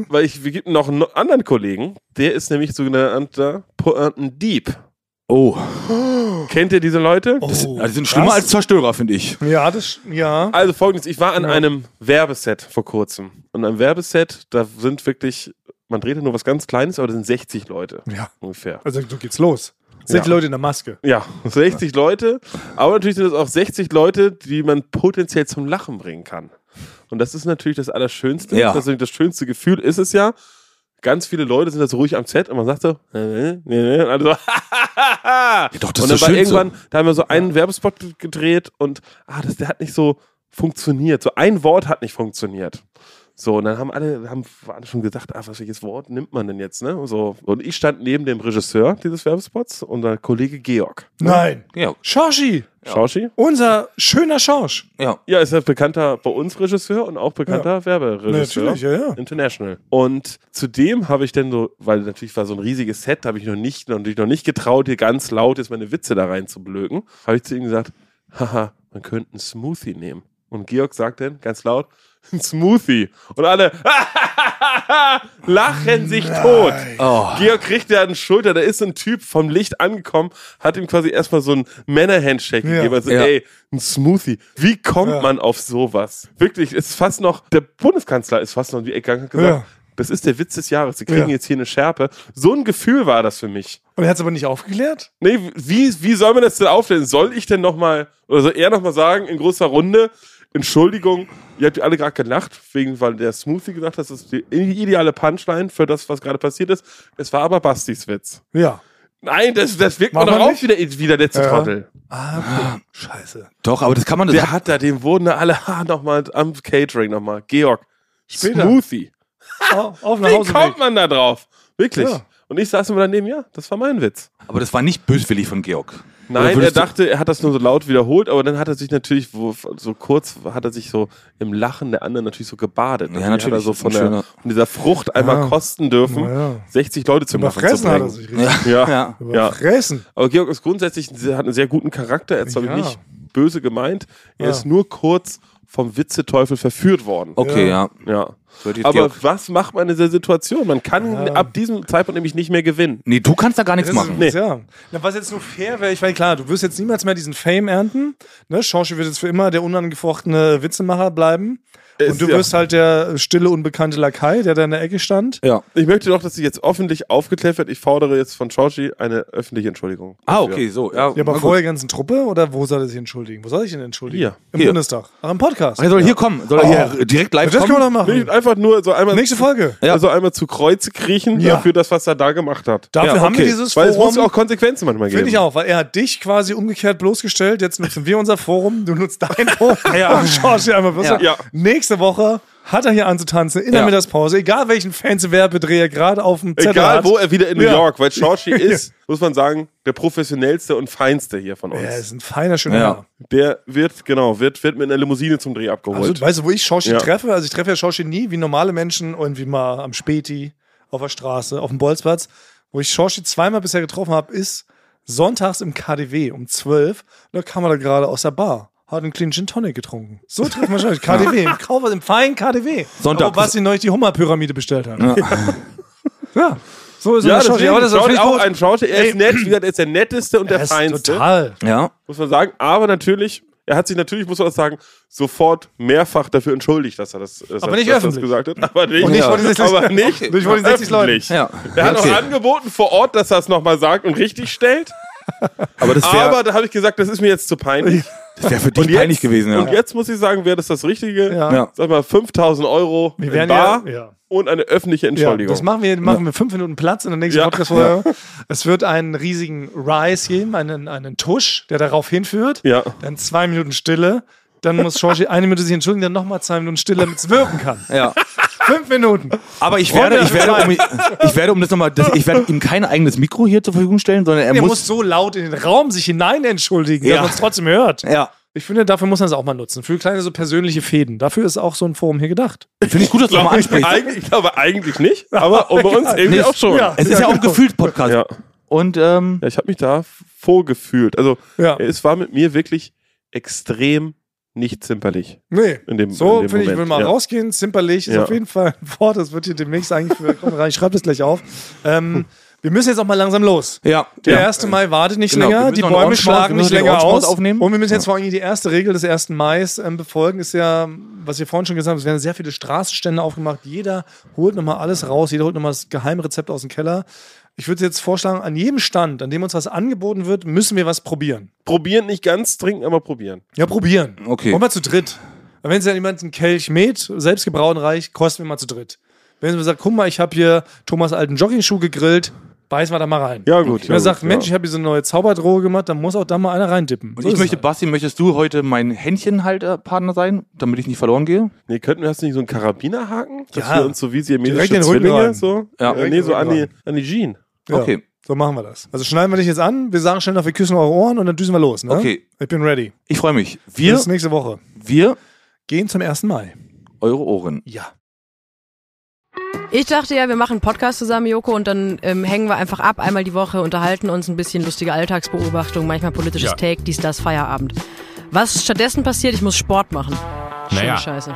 Speaker 2: Weil ich, wir gibt noch einen anderen Kollegen, der ist nämlich sogenannter Pointendieb.
Speaker 1: Oh,
Speaker 2: Kennt ihr diese Leute?
Speaker 3: Oh,
Speaker 1: ja, die sind schlimmer
Speaker 3: krass.
Speaker 1: als Zerstörer, finde ich.
Speaker 3: Ja, das, ja.
Speaker 2: Also folgendes, ich war an einem Werbeset vor kurzem. Und am Werbeset, da sind wirklich, man dreht ja nur was ganz Kleines, aber da sind 60 Leute
Speaker 3: Ja,
Speaker 2: ungefähr.
Speaker 3: also so geht's los. Sind
Speaker 2: Ja.
Speaker 3: die Leute in der Maske.
Speaker 2: Ja, [LAUGHS] 60 Leute, aber natürlich sind es auch 60 Leute, die man potenziell zum Lachen bringen kann. Und das ist natürlich das Allerschönste.
Speaker 1: Ja.
Speaker 2: Das, das schönste Gefühl ist es ja, ganz viele Leute sind da so ruhig am Set und man sagt so, [LAUGHS] äh, nee, nee, und alle so,
Speaker 1: doch, das ist das
Speaker 2: und dann war
Speaker 1: Schönste.
Speaker 2: irgendwann, da haben wir so einen Werbespot gedreht und ah, das, der hat nicht so funktioniert. So ein Wort hat nicht funktioniert. So, und dann haben alle, haben waren schon gesagt, ah, was welches Wort nimmt man denn jetzt, ne? Und So. Und ich stand neben dem Regisseur dieses Werbespots, unser Kollege Georg.
Speaker 3: Nein.
Speaker 1: Ja,
Speaker 3: Schorschi.
Speaker 2: Schauschi?
Speaker 3: Unser schöner Schorsch.
Speaker 1: ja.
Speaker 2: Ja, ist ja bekannter bei uns Regisseur und auch bekannter Werberegisseur.
Speaker 3: Natürlich, ja, ja.
Speaker 2: International. Und zudem habe ich dann so, weil natürlich war so ein riesiges Set, da habe ich noch nicht, natürlich noch nicht getraut, hier ganz laut jetzt meine Witze da rein zu blöken. Habe ich zu ihm gesagt, haha, man könnte einen Smoothie nehmen. Und Georg sagt dann ganz laut, [LAUGHS] ein Smoothie. Und alle lachen sich tot. Georg kriegt ja einen Schulter, da ist so ein Typ vom Licht angekommen, hat ihm quasi erstmal so ein Männer-Handshake
Speaker 3: Ja.
Speaker 2: gegeben. Also,
Speaker 1: Ja.
Speaker 2: ey, ein Smoothie. Wie kommt
Speaker 3: Ja.
Speaker 2: man auf sowas? Wirklich, es ist fast noch, der Bundeskanzler ist fast noch in die Ecke gegangen und hat gesagt,
Speaker 3: Ja.
Speaker 2: das ist der Witz des Jahres, sie kriegen
Speaker 3: Ja.
Speaker 2: jetzt hier eine Schärpe. So ein Gefühl war das für mich.
Speaker 3: Und er hat es aber nicht aufgeklärt?
Speaker 2: Nee, wie, wie soll man das denn aufstellen? Soll ich denn nochmal, oder soll er nochmal sagen, in großer Runde, Entschuldigung, ihr habt alle gerade gelacht, wegen, weil der Smoothie gesagt hat, das ist die ideale Punchline für das, was gerade passiert ist. Es war aber Bastis Witz.
Speaker 3: Ja.
Speaker 2: Nein, das, das wirkt
Speaker 3: Mach
Speaker 2: man doch
Speaker 3: mal
Speaker 2: auch
Speaker 3: nicht.
Speaker 2: wieder, wieder der letzte
Speaker 3: Ja.
Speaker 2: Trottel.
Speaker 3: Ah, okay. Scheiße.
Speaker 1: Doch, aber das kann man. Das
Speaker 2: Der hat da, dem wurden da alle [LAUGHS] ha, nochmal am Catering nochmal. Georg,
Speaker 3: Später.
Speaker 2: Smoothie.
Speaker 3: Au- Oh, Auf nach
Speaker 2: Wie
Speaker 3: Hause.
Speaker 2: kommt man da drauf? Wirklich.
Speaker 3: Ja.
Speaker 2: Und ich saß immer daneben, ja, das war mein Witz.
Speaker 1: aber das war nicht böswillig von Georg. Oder
Speaker 2: Nein, er
Speaker 1: würdest du-
Speaker 2: dachte, er hat das nur so laut wiederholt, aber dann hat er sich natürlich wo, so kurz, hat er sich so im Lachen der anderen natürlich so gebadet.
Speaker 1: Ja,
Speaker 2: Natürlich Hat er
Speaker 1: natürlich,
Speaker 2: so
Speaker 1: ist
Speaker 2: von,
Speaker 1: ein
Speaker 2: der,
Speaker 1: schöner-
Speaker 2: von dieser Frucht einmal
Speaker 3: Ja.
Speaker 2: kosten dürfen,
Speaker 3: Na ja.
Speaker 2: 60 Leute zum Lachen zu
Speaker 3: Überfressen hat er
Speaker 2: bringen.
Speaker 3: sich richtig.
Speaker 2: Ja.
Speaker 1: Ja.
Speaker 2: Ja.
Speaker 3: Überfressen.
Speaker 2: Aber Georg ist grundsätzlich, ein sehr- hat einen sehr guten Charakter, er ist glaube
Speaker 3: Ja.
Speaker 2: ich nicht böse gemeint, er
Speaker 3: Ja.
Speaker 2: ist nur kurz vom Witzeteufel verführt worden.
Speaker 1: Okay, ja.
Speaker 2: Ja.
Speaker 1: Wird jetzt
Speaker 2: Aber
Speaker 1: Georg-
Speaker 2: was macht man in dieser Situation? Man kann
Speaker 3: Ja.
Speaker 2: ab diesem Zeitpunkt nämlich nicht mehr gewinnen.
Speaker 1: Nee, du kannst da gar nichts
Speaker 3: Das ist-
Speaker 1: machen.
Speaker 2: Nee.
Speaker 3: Ja. Na, was jetzt nur fair wäre, ich meine, klar, du wirst jetzt niemals mehr diesen Fame ernten. Ne? Schorschi wird jetzt für immer der unangefochtene Witzemacher bleiben.
Speaker 2: Es-
Speaker 3: Und du
Speaker 2: ja.
Speaker 3: wirst halt der stille, unbekannte Lakai, der da in der Ecke stand.
Speaker 1: Ja.
Speaker 2: Ich möchte doch, dass sie jetzt öffentlich aufgeklärt wird. Ich fordere jetzt von Georgie eine öffentliche Entschuldigung.
Speaker 1: Ah, okay, so. Ja,
Speaker 3: Ja,
Speaker 1: na
Speaker 3: aber
Speaker 1: gut.
Speaker 3: vor der ganzen Truppe oder wo soll er sich entschuldigen? Wo soll ich ihn entschuldigen?
Speaker 2: Hier.
Speaker 3: Im
Speaker 1: Hier.
Speaker 3: Bundestag. Ach, im Podcast. Oh.
Speaker 1: Ach, er soll hier kommen. Soll er hier direkt live
Speaker 3: Ah. das können wir doch
Speaker 1: kommen?
Speaker 2: Nee,
Speaker 3: machen.
Speaker 2: einfach nur so einmal,
Speaker 3: Nächste Folge.
Speaker 1: Ja.
Speaker 2: also einmal zu Kreuze kriechen
Speaker 3: Ja.
Speaker 2: dafür das, was er da gemacht hat.
Speaker 3: Dafür
Speaker 1: Ja,
Speaker 3: haben wir
Speaker 1: okay.
Speaker 3: dieses
Speaker 2: Weil es
Speaker 3: Forum.
Speaker 2: muss auch Konsequenzen manchmal geben.
Speaker 3: Finde ich auch, weil er hat dich quasi umgekehrt bloßgestellt. Jetzt nutzen wir unser Forum, du nutzt dein Forum. ja. Schorsch, einmal bloß.
Speaker 2: Ja.
Speaker 3: Nächste Woche hat er hier anzutanzen in der
Speaker 1: Ja.
Speaker 3: Mittagspause, egal welchen Fernsehwerbedreh er gerade auf dem Zettel
Speaker 2: Egal
Speaker 3: hat.
Speaker 2: wo er wieder in New
Speaker 3: Ja.
Speaker 2: York, weil
Speaker 3: [LAUGHS]
Speaker 2: Georgie ist, muss man sagen, der professionellste und feinste hier von uns.
Speaker 3: Er ist ein feiner, schöner
Speaker 1: Ja.
Speaker 3: Herr.
Speaker 2: Der wird, genau, wird, wird mit einer Limousine zum Dreh abgeholt.
Speaker 3: Also, weißt du, wo ich Schorschi
Speaker 2: Ja.
Speaker 3: treffe? Also ich treffe ja Schorschi nie, wie normale Menschen, irgendwie mal am Späti, auf der Straße, auf dem Bolzplatz. Wo ich Schorschi zweimal bisher getroffen habe, ist sonntags im KDW um 12. Da kam er da gerade aus der Bar. Hat einen kleinen Gin Tonic getrunken. So trifft man
Speaker 2: [LAUGHS]
Speaker 3: schon. KDW, im Kaufhaus, im feinen KDW.
Speaker 1: Sonntag.
Speaker 3: Wo Basti neulich die Hummerpyramide bestellt hat. [LAUGHS] Ja. So ist
Speaker 2: ja,
Speaker 3: unser Schorschi.
Speaker 2: deswegen,
Speaker 3: Aber das ist
Speaker 2: Georgie
Speaker 3: natürlich
Speaker 2: auch
Speaker 3: gut.
Speaker 2: ein Georgie. Er ist nett, wie gesagt, er ist der netteste und
Speaker 3: Er
Speaker 2: der
Speaker 3: ist
Speaker 2: feinste.
Speaker 3: total.
Speaker 1: Ja.
Speaker 2: muss man sagen. Aber natürlich, er hat sich natürlich, muss man auch sagen, sofort mehrfach dafür entschuldigt, dass er das, dass
Speaker 3: Aber
Speaker 2: er-
Speaker 3: nicht
Speaker 2: dass er
Speaker 3: öffentlich.
Speaker 2: Das gesagt hat. Aber nicht,
Speaker 3: Und nicht vor den 60
Speaker 2: aber nicht,
Speaker 3: [LAUGHS] Nicht vor den 60 Leuten.
Speaker 2: öffentlich.
Speaker 1: Ja.
Speaker 2: Er hat
Speaker 1: Okay.
Speaker 2: auch angeboten vor Ort, dass er es nochmal sagt und richtig stellt.
Speaker 1: Aber das
Speaker 2: Aber
Speaker 1: wäre
Speaker 2: da habe ich gesagt, das ist mir jetzt zu
Speaker 3: [LAUGHS]
Speaker 2: peinlich.
Speaker 1: wär für dich peinlich gewesen,
Speaker 2: Und
Speaker 1: ja.
Speaker 2: jetzt muss ich sagen, wäre das das Richtige.
Speaker 3: Ja.
Speaker 1: Ja.
Speaker 2: Sag mal, 5000 Euro
Speaker 3: Wir
Speaker 2: in
Speaker 3: werden
Speaker 2: Bar
Speaker 3: ja- ja.
Speaker 2: und eine öffentliche Entschuldigung.
Speaker 3: Ja, das machen wir, machen wir fünf Minuten Platz in der nächsten
Speaker 2: Ja.
Speaker 3: Podcast-Folge. Es wird einen riesigen Rise geben, einen, einen Tusch, der darauf hinführt.
Speaker 2: Ja.
Speaker 3: Dann zwei Minuten Stille. Dann muss Georgie eine Minute sich entschuldigen, dann nochmal zwei Minuten Stille, damit es wirken kann.
Speaker 1: Ja.
Speaker 3: Fünf Minuten.
Speaker 1: Aber ich werde,
Speaker 3: Freunde,
Speaker 1: ich werde, um, ich werde um das nochmal, das, ich werde ihm kein eigenes Mikro hier zur Verfügung stellen, sondern er
Speaker 3: Er muss,
Speaker 1: muss.
Speaker 3: so laut in den Raum sich hinein entschuldigen, dass
Speaker 1: Ja.
Speaker 3: man es trotzdem hört.
Speaker 1: Ja.
Speaker 3: Ich finde, dafür muss man es auch mal nutzen. Für kleine so persönliche Fäden. Dafür ist auch so ein Forum hier gedacht.
Speaker 1: Finde ich gut, dass du nochmal
Speaker 2: ich,
Speaker 1: ansprichst.
Speaker 2: eigentlich, ich glaube eigentlich nicht,
Speaker 3: [LAUGHS]
Speaker 2: aber bei uns irgendwie
Speaker 1: Nee,
Speaker 2: auch schon.
Speaker 3: ja.
Speaker 1: Es ist ja auch ein Gefühls-Podcast.
Speaker 2: ja.
Speaker 1: Und, ähm,
Speaker 2: Ja, ich habe mich da vorgefühlt. Also
Speaker 3: Ja.
Speaker 2: es war mit mir wirklich extrem nicht zimperlich.
Speaker 3: Nee.
Speaker 2: In dem,
Speaker 3: So,
Speaker 2: in dem
Speaker 3: finde ich,
Speaker 2: Moment.
Speaker 3: will mal
Speaker 2: ja.
Speaker 3: rausgehen. Zimperlich ist
Speaker 2: Ja.
Speaker 3: auf jeden Fall ein Wort, das wird hier demnächst eingeführt. Komm rein, ich schreibe das gleich auf. Ähm, [LAUGHS] wir müssen jetzt auch mal langsam los.
Speaker 1: ja.
Speaker 3: Der 1. Mai wartet nicht
Speaker 1: Genau, wir
Speaker 3: länger,
Speaker 1: müssen
Speaker 3: die
Speaker 1: noch eine
Speaker 3: Bäume
Speaker 1: Orange Maus-
Speaker 3: schlagen
Speaker 1: wir
Speaker 3: nicht
Speaker 1: müssen noch eine
Speaker 3: länger
Speaker 1: Orange
Speaker 3: aus.
Speaker 1: Maus aufnehmen.
Speaker 3: Und wir müssen jetzt vor allem die erste Regel des 1. Mai ähm, befolgen, ist ja, was wir vorhin schon gesagt haben, es werden sehr viele Straßenstände aufgemacht. Jeder holt nochmal alles raus, jeder holt nochmal das Geheimrezept aus dem Keller. Ich würde jetzt vorschlagen, an jedem Stand, an dem uns was angeboten wird, müssen wir was probieren.
Speaker 2: Probieren nicht ganz trinken, aber probieren.
Speaker 3: Ja, probieren.
Speaker 1: Okay.
Speaker 3: Wollen wir zu dritt. Wenn es ja jemand einen Kelch mäht, selbstgebrauen reich, kosten wir mal zu dritt. Wenn man sagt, guck mal, ich habe hier Thomas alten Joggingschuh gegrillt, beiß mal da mal rein.
Speaker 2: Ja, gut.
Speaker 3: Wer
Speaker 2: ja,
Speaker 3: sagt,
Speaker 2: gut,
Speaker 3: Mensch, ich
Speaker 2: ja.
Speaker 3: habe hier so eine neue Zauberdroge gemacht, dann muss auch da mal einer reindippen.
Speaker 1: Und
Speaker 3: So
Speaker 1: ich
Speaker 3: ist
Speaker 1: möchte,
Speaker 3: es
Speaker 1: Basti, möchtest du heute mein Händchenhalterpartner sein, damit ich nicht verloren gehe?
Speaker 2: Nee, könnten wir hast du nicht so einen Karabinerhaken? Dass
Speaker 3: Ja.
Speaker 2: wir uns so wie sie
Speaker 3: Direkt in den Rücken
Speaker 2: Zwillinge
Speaker 3: rein.
Speaker 2: so?
Speaker 1: Ja.
Speaker 2: Äh, nee, so an die, an die Jean.
Speaker 3: halt. Ja,
Speaker 1: Okay.
Speaker 3: So machen wir das. Also schneiden wir dich jetzt an, wir sagen schnell noch, wir küssen eure Ohren und dann düsen wir los. Ne?
Speaker 1: Okay.
Speaker 3: Ich bin ready.
Speaker 1: Ich freue mich. Wir,
Speaker 3: Bis nächste Woche.
Speaker 1: wir,
Speaker 3: Gehen zum 1. Mai.
Speaker 1: eure Ohren.
Speaker 3: Ja.
Speaker 8: Ich dachte ja, wir machen einen Podcast zusammen, Joko, und dann ähm, hängen wir einfach ab, einmal die Woche, unterhalten uns ein bisschen lustige Alltagsbeobachtung, manchmal politisches
Speaker 9: Ja.
Speaker 8: Take, dies, das, Feierabend. Was stattdessen passiert, ich muss Sport machen. Schöne
Speaker 9: Naja.
Speaker 8: Scheiße.